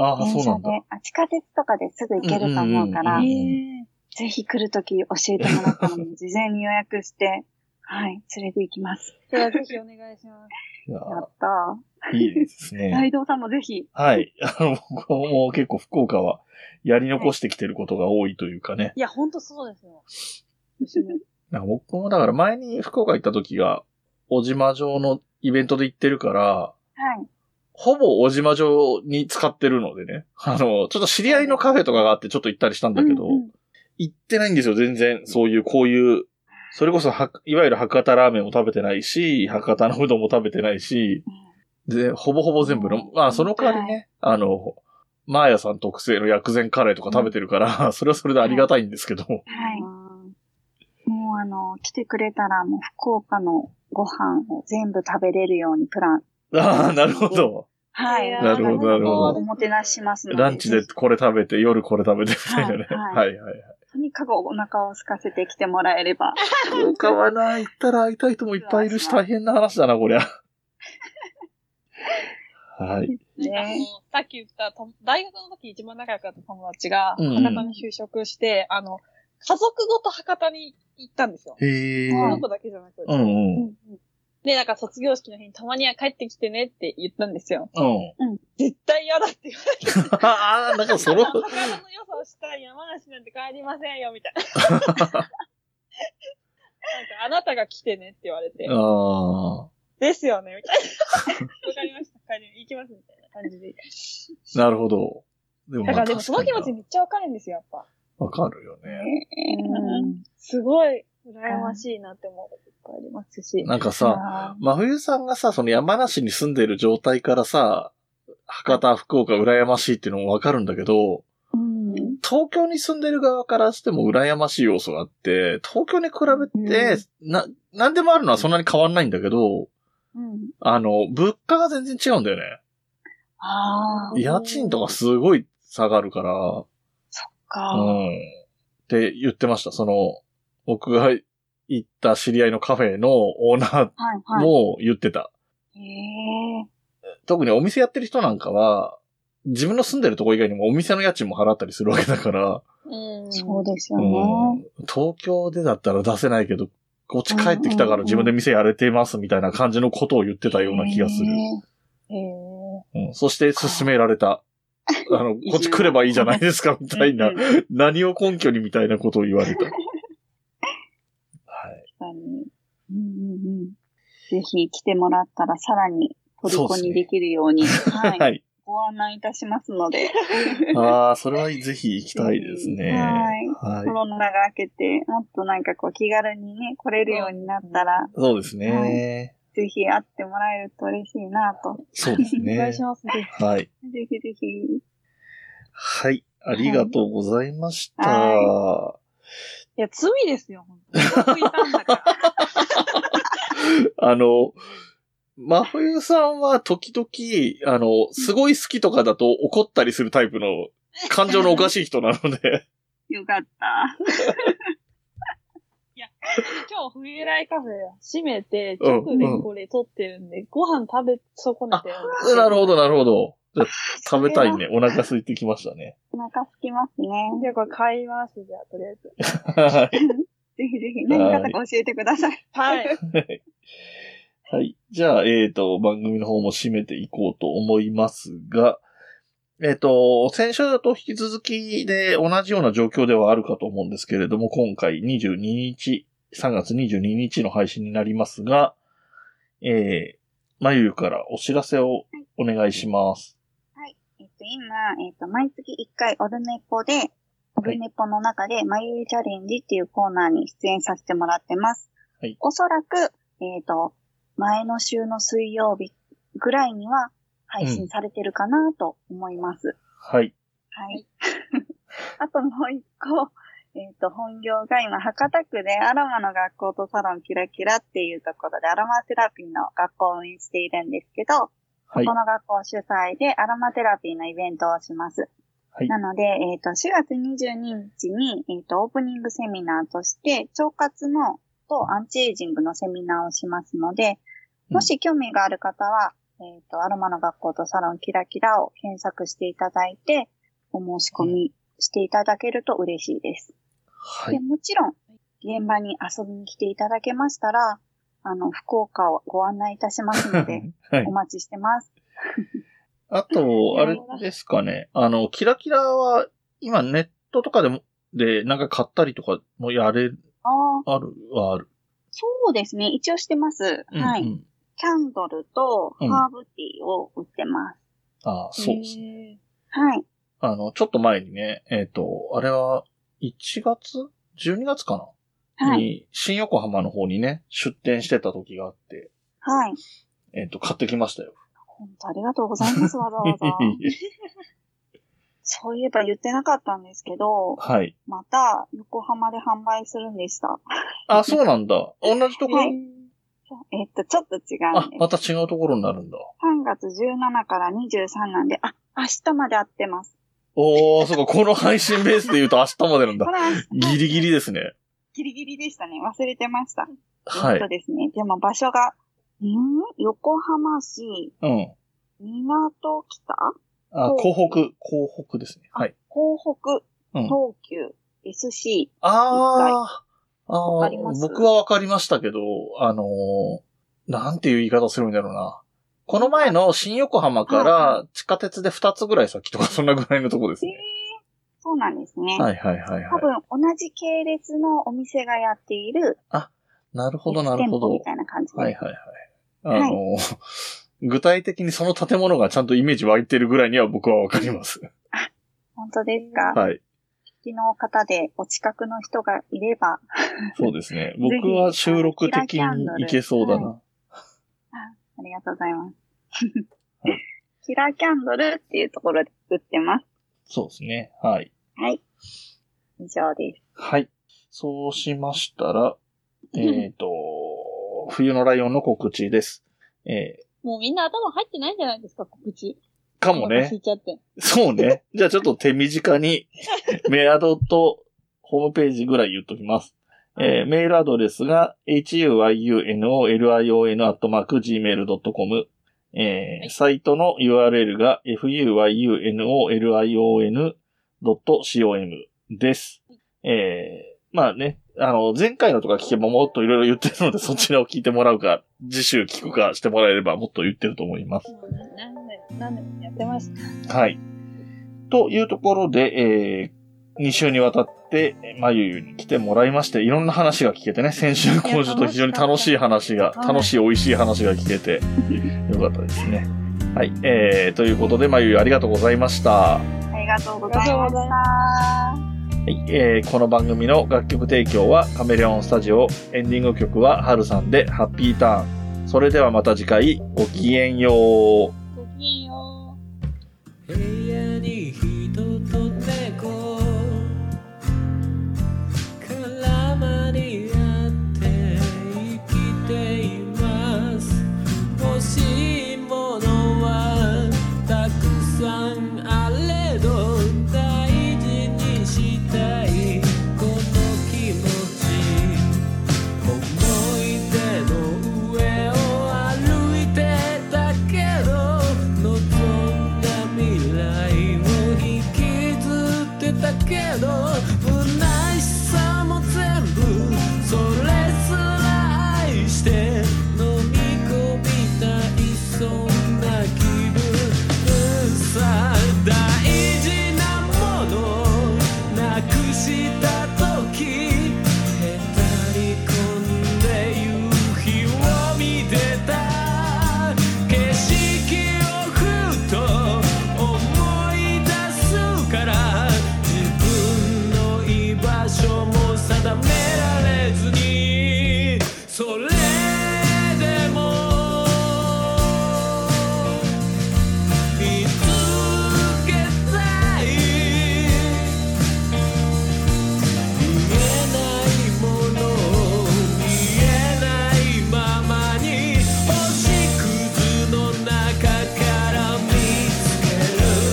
[SPEAKER 1] ああ、
[SPEAKER 3] 電
[SPEAKER 1] そうな
[SPEAKER 3] 車
[SPEAKER 1] んだ。
[SPEAKER 3] で、あ地下鉄とかですぐ行けると思うか
[SPEAKER 1] う
[SPEAKER 3] ら
[SPEAKER 1] ん、
[SPEAKER 2] え
[SPEAKER 3] ぜひ来るとき教えてもらったので、事前に予約して、 はい、連れて行きます。
[SPEAKER 2] ー、ではぜひお願いします。
[SPEAKER 1] いや
[SPEAKER 3] やった
[SPEAKER 1] いいです
[SPEAKER 3] ー。
[SPEAKER 1] ね。
[SPEAKER 3] 大道さんもぜひ。
[SPEAKER 1] はい。あの、僕はもう結構福岡はやり残してきてることが多いというかね。
[SPEAKER 2] いや、ほんとそうですよ。
[SPEAKER 1] なんか僕もだから前に福岡行った時が、小島城のイベントで行ってるから、
[SPEAKER 3] はい。
[SPEAKER 1] ほぼ小島城に使ってるのでね。あの、ちょっと知り合いのカフェとかがあってちょっと行ったりしたんだけど、
[SPEAKER 3] うんうん
[SPEAKER 1] 行ってないんですよ、全然。そういう、こういう、それこそは、いわゆる博多ラーメンも食べてないし、博多のうどんも食べてないし、で、ほぼほぼ全部の、まあ、その代わりね、あの、マーヤさん特製の薬膳カレーとか食べてるから、 それはそれでありがたいんですけど、
[SPEAKER 3] はい。もうあの、来てくれたらもう福岡のご飯を全部食べれるようにプラン。
[SPEAKER 1] ああ、なるほど。
[SPEAKER 3] はい。
[SPEAKER 2] やー
[SPEAKER 1] なるほどなるほど
[SPEAKER 3] おもてなししますので。
[SPEAKER 1] ランチで
[SPEAKER 3] ぜ
[SPEAKER 1] これ食べて、夜これ食べてみたいなね。は
[SPEAKER 3] はい
[SPEAKER 1] はいはい。
[SPEAKER 3] ひ。とにかくお腹を空かせて来てもらえれば。
[SPEAKER 1] 福岡はな、行ったら会いたい人もいっぱいいるし、大変な話だな、こりゃ。はい。
[SPEAKER 2] なんかあの
[SPEAKER 3] ね。
[SPEAKER 2] さっき言ったと、大学の時一番仲良かった友達が、
[SPEAKER 1] うん
[SPEAKER 2] 博多に就職して、あの、家族ごと博多に行ったんですよ。
[SPEAKER 1] へえ。
[SPEAKER 2] その
[SPEAKER 1] う
[SPEAKER 2] 子だけじゃなく。
[SPEAKER 1] んうん。
[SPEAKER 2] うんうんで、なんか卒業式の日にたまには帰ってきてねって言ったんですよ。
[SPEAKER 1] うん。
[SPEAKER 2] 絶対嫌だって言われて、
[SPEAKER 1] ああ、なんかその、
[SPEAKER 2] 博多の良さを知ったら山梨なんて帰りませんよ、みたいな。なんか、あなたが来てねって言われて、
[SPEAKER 1] ああ。
[SPEAKER 2] ですよね、みたいな。わかりました、帰り、行きます、みたいな感じで。
[SPEAKER 1] なるほど。でも
[SPEAKER 2] だか
[SPEAKER 1] まあ
[SPEAKER 2] らでもその気持ち
[SPEAKER 1] 確か
[SPEAKER 2] めっちゃわかるんですよ、やっぱ。
[SPEAKER 1] わかるよね。
[SPEAKER 2] うんすごい、羨ましいなって思うこといっぱいありますし。
[SPEAKER 1] なんかさ、
[SPEAKER 3] あ
[SPEAKER 1] 真冬さんがさ、その山梨に住んでる状態からさ、博多、福岡、羨ましいっていうのもわかるんだけど、
[SPEAKER 3] うん
[SPEAKER 1] 東京に住んでる側からしても羨ましい要素があって、東京に比べて、な、なんでもあるのはそんなに変わんないんだけど、
[SPEAKER 3] うん
[SPEAKER 1] あの、物価が全然違うんだよね。
[SPEAKER 3] あー、
[SPEAKER 1] 家賃とかすごい下がるから、う
[SPEAKER 3] か。
[SPEAKER 1] ん。って言ってました。その、僕が行った知り合いのカフェのオーナ
[SPEAKER 3] はい
[SPEAKER 1] ー
[SPEAKER 3] は
[SPEAKER 1] も言ってた。
[SPEAKER 3] い。へえ。
[SPEAKER 1] 特にお店やってる人なんかは、自分の住んでるとこ以外にもお店の家賃も払ったりするわけだから、
[SPEAKER 2] うん
[SPEAKER 3] そうですよ
[SPEAKER 1] う
[SPEAKER 3] ね。
[SPEAKER 1] ん、東京でだったら出せないけど、こっち帰ってきたから自分で店やれてますみたいな感じのことを言ってたような気がする。
[SPEAKER 3] へ
[SPEAKER 2] へー
[SPEAKER 1] うん、そして勧められた。あの、こっち来ればいいじゃないですかみたい
[SPEAKER 3] え
[SPEAKER 1] な
[SPEAKER 3] う、んうん
[SPEAKER 1] 何を根拠にみたいなことを言われた。はい。
[SPEAKER 3] 確かに。うんうんうん。ぜひ来てもらったらさらに虜にできるように、はい、
[SPEAKER 1] はい。
[SPEAKER 3] ご案内いたしますので、
[SPEAKER 1] ああ、それはぜひ行きたいですね。
[SPEAKER 3] は
[SPEAKER 1] はい
[SPEAKER 3] コ。ロナが明けて、もっとなんかこう気軽にね、来れるようになったら、
[SPEAKER 1] そうですね。
[SPEAKER 3] ぜひ会ってもらえると嬉しいなと。
[SPEAKER 1] そうです
[SPEAKER 2] お願い
[SPEAKER 1] ね
[SPEAKER 2] し。ます。ぜ
[SPEAKER 1] はい。
[SPEAKER 3] ぜひぜひ。
[SPEAKER 1] はい。ありがとうございました。
[SPEAKER 2] ひいや、罪ですよ、本当に。せっかくいたんだから。
[SPEAKER 1] あの、真冬さんは時々、あの、すごい好きとかだと怒ったりするタイプの感情のおかしい人なので、
[SPEAKER 3] よかった。
[SPEAKER 2] 今日、冬来カフェ閉めて、
[SPEAKER 1] うん
[SPEAKER 2] 直でこれ撮ってるんで、ご飯食べ損ねてるんですよ
[SPEAKER 1] なるほど、なるほど。じゃあ 食べたいね。お腹空いてきました ね。
[SPEAKER 3] お腹空きますね。
[SPEAKER 2] じゃあこれ買います、じゃあ、とりあえず。
[SPEAKER 1] はい
[SPEAKER 3] ぜひぜひ何方か教えてください。
[SPEAKER 2] はい。
[SPEAKER 1] はい。じゃあ、えっ、と、番組の方も締めていこうと思いますが、えっ、と、先週だと引き続きで同じような状況ではあるかと思うんですけれども、今回22日、3月22日の配信になりますが、えー、まゆゆからお知らせをお願いします。
[SPEAKER 3] えっと、今、えっと、毎月1回オルネポで、オルネポの中で、まゆゆチャレンジっていうコーナーに出演させてもらってます。
[SPEAKER 1] はい
[SPEAKER 3] おそらく、えっと、前の週の水曜日ぐらいには配信されてるかなと思います。
[SPEAKER 1] はい。
[SPEAKER 3] はい。 あともう一個、えっ、と、本業が今、博多区でアラマの学校とサロンキラキラっていうところで、アラマセラピーの学校を運営しているんですけど、
[SPEAKER 1] はい
[SPEAKER 3] こ。の学校主催でアロマテラピーのイベントをします。
[SPEAKER 1] はい
[SPEAKER 3] なので、えっ、と、4月22日に、えっ、と、オープニングセミナーとして、腸活のとアンチエイジングのセミナーをしますので、もし興味がある方は、えっ、と、アロマの学校とサロンキラキラを検索していただいて、お申し込みしていただけると嬉しいです。
[SPEAKER 1] は
[SPEAKER 3] で
[SPEAKER 1] い。
[SPEAKER 3] もちろん、現場に遊びに来ていただけましたら、あの、福岡をご案内いたしますので、
[SPEAKER 1] はい
[SPEAKER 3] お。待ちしてます。
[SPEAKER 1] あと、あれですかね。あの、キラキラは、今ネットとかでも、で、なんか買ったりとかもやれ、
[SPEAKER 3] ああ、
[SPEAKER 1] ある、はある。
[SPEAKER 3] そうですね。一応してます。
[SPEAKER 1] うん
[SPEAKER 3] は
[SPEAKER 1] う
[SPEAKER 3] い。
[SPEAKER 1] ん
[SPEAKER 3] キャンドルと
[SPEAKER 1] うん
[SPEAKER 3] ハーブティーを売ってます。
[SPEAKER 1] ああ、そうですね。
[SPEAKER 2] ね。
[SPEAKER 3] はい。
[SPEAKER 1] あの、ちょっと前にね、えっ、と、あれは、1月 ?12 月かな、
[SPEAKER 3] はい。
[SPEAKER 1] に、新横浜の方にね、出店してた時があって、
[SPEAKER 3] はい。
[SPEAKER 1] えっ、と、買ってきましたよ。
[SPEAKER 3] 本当ありがとうござい ます。わざわざ。そういえば言ってなかったんですけど、
[SPEAKER 1] はい。
[SPEAKER 3] また横浜で販売するんでした。
[SPEAKER 1] あ、そうなんだ。同じところ、
[SPEAKER 3] はいえっと、ちょっと違うん
[SPEAKER 1] あ、
[SPEAKER 3] です。
[SPEAKER 1] また違うところになるんだ。
[SPEAKER 3] 3月17から23なんで、あ、明日まで合ってます。
[SPEAKER 1] おー、そうか、この配信ベースで言うと明日までなん
[SPEAKER 3] こ
[SPEAKER 1] だ。
[SPEAKER 3] れ は
[SPEAKER 1] ギリギリですね。
[SPEAKER 3] ギリギリでしたね。忘れてました。
[SPEAKER 1] は
[SPEAKER 3] そう
[SPEAKER 1] い。
[SPEAKER 3] ですね。でも場所が、ん横浜市
[SPEAKER 1] うん。
[SPEAKER 3] 港北
[SPEAKER 1] あ、広北、広北ですね。はい。
[SPEAKER 3] 港北、
[SPEAKER 1] うん
[SPEAKER 3] 東急、SC。
[SPEAKER 1] ああ、あ
[SPEAKER 3] わ
[SPEAKER 1] あ
[SPEAKER 3] かります
[SPEAKER 1] 僕はわかりましたけど、あのーなんていう言い方するんだろうな。この前の新横浜から地下鉄で2つぐらい先とかそんなぐらいのとこですね。
[SPEAKER 3] そうなんですね。
[SPEAKER 1] はいはいはい
[SPEAKER 3] 多
[SPEAKER 1] は
[SPEAKER 3] 分、同じ系列のお店がやっている、
[SPEAKER 1] い。なるほどなる
[SPEAKER 3] 店
[SPEAKER 1] ほ
[SPEAKER 3] 舗
[SPEAKER 1] ど。
[SPEAKER 3] みたいな感じで。
[SPEAKER 1] はいはいはい。あのー具体的にその建 物がちゃんとイメージ湧いてるぐらいには僕はわかります。
[SPEAKER 3] 本当ですか、
[SPEAKER 1] はい。
[SPEAKER 3] きの方でお近くの人がいれば、
[SPEAKER 1] そうですね。僕は収録的にいけそうだな。
[SPEAKER 3] ありがとうございます。 キラーキャンドルっていうところで売ってます。
[SPEAKER 1] そうですね。はい。
[SPEAKER 3] はい。以上です。
[SPEAKER 1] はい。そうしましたら、えっ、と、冬のライオンの告知です。え
[SPEAKER 2] もうみんな頭入ってないんじゃないですか、告知。
[SPEAKER 1] ー、かも
[SPEAKER 2] お腹
[SPEAKER 1] ね
[SPEAKER 2] 空。いちゃって。
[SPEAKER 1] そうね。じゃあちょっと手短に、メアドとホームページぐらい言っときます。えーメールアドレスが、huiunolion.gmail.com。えー、サイトの URL が fuyunolion.com です。えー、まあね、あの、前回のとか聞けばもっといろいろ言ってるので、そちらを聞いてもらうか、次週聞くかしてもらえればもっと言ってると思います。
[SPEAKER 2] 何年、何年もやってました。
[SPEAKER 1] はい。というところで、えー、2週にわたって、まゆゆに来てもらいまして、いろんな話が聞けてね、先週、今週と非常に楽しい話が、
[SPEAKER 2] はい
[SPEAKER 1] 楽しい、美味しい話が聞けて、よかったですね。はい。えー、ということで、まゆゆありがとうございました。
[SPEAKER 3] ありがとうござい
[SPEAKER 2] あり
[SPEAKER 3] ま
[SPEAKER 2] がとうござい
[SPEAKER 3] した。
[SPEAKER 1] はい、えーこの番組の楽曲提供はカメレオンスタジオ、エンディング曲はハルさんでハッピーターン。それではまた次回、ごきげんよう。
[SPEAKER 2] ごきげんよう。
[SPEAKER 5] 部屋に人と猫絡まり合って生きています欲しいものはたくさんあれど大事にしたいこの気持ち「思い出の上を歩いてたけど」「望んだ未来を引きずってたけど」「虚しさも全部それすら愛して」「飲み込みたいそんな気分さ」「大事なものなくした時」「へたり込んで夕日を見てた」「景色をふと思い出すから」「自分の居場所も定められずにそれでも」「見つけたい」「見えないもの見えないままに星屑の中から見つける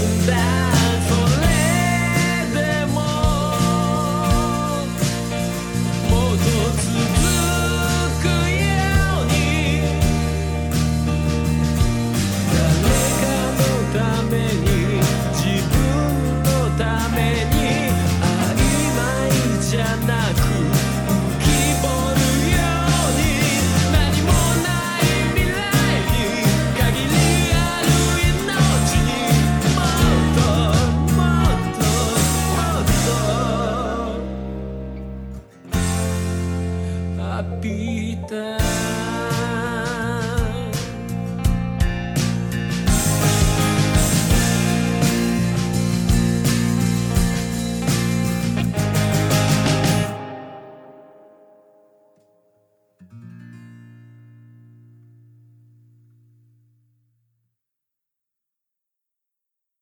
[SPEAKER 5] んだ」「それでももっと続くように」「誰かのために自分のために」「曖昧じゃなく浮き彫るように」「何もない未来に限りある命にもっともっともっと」「浴びた」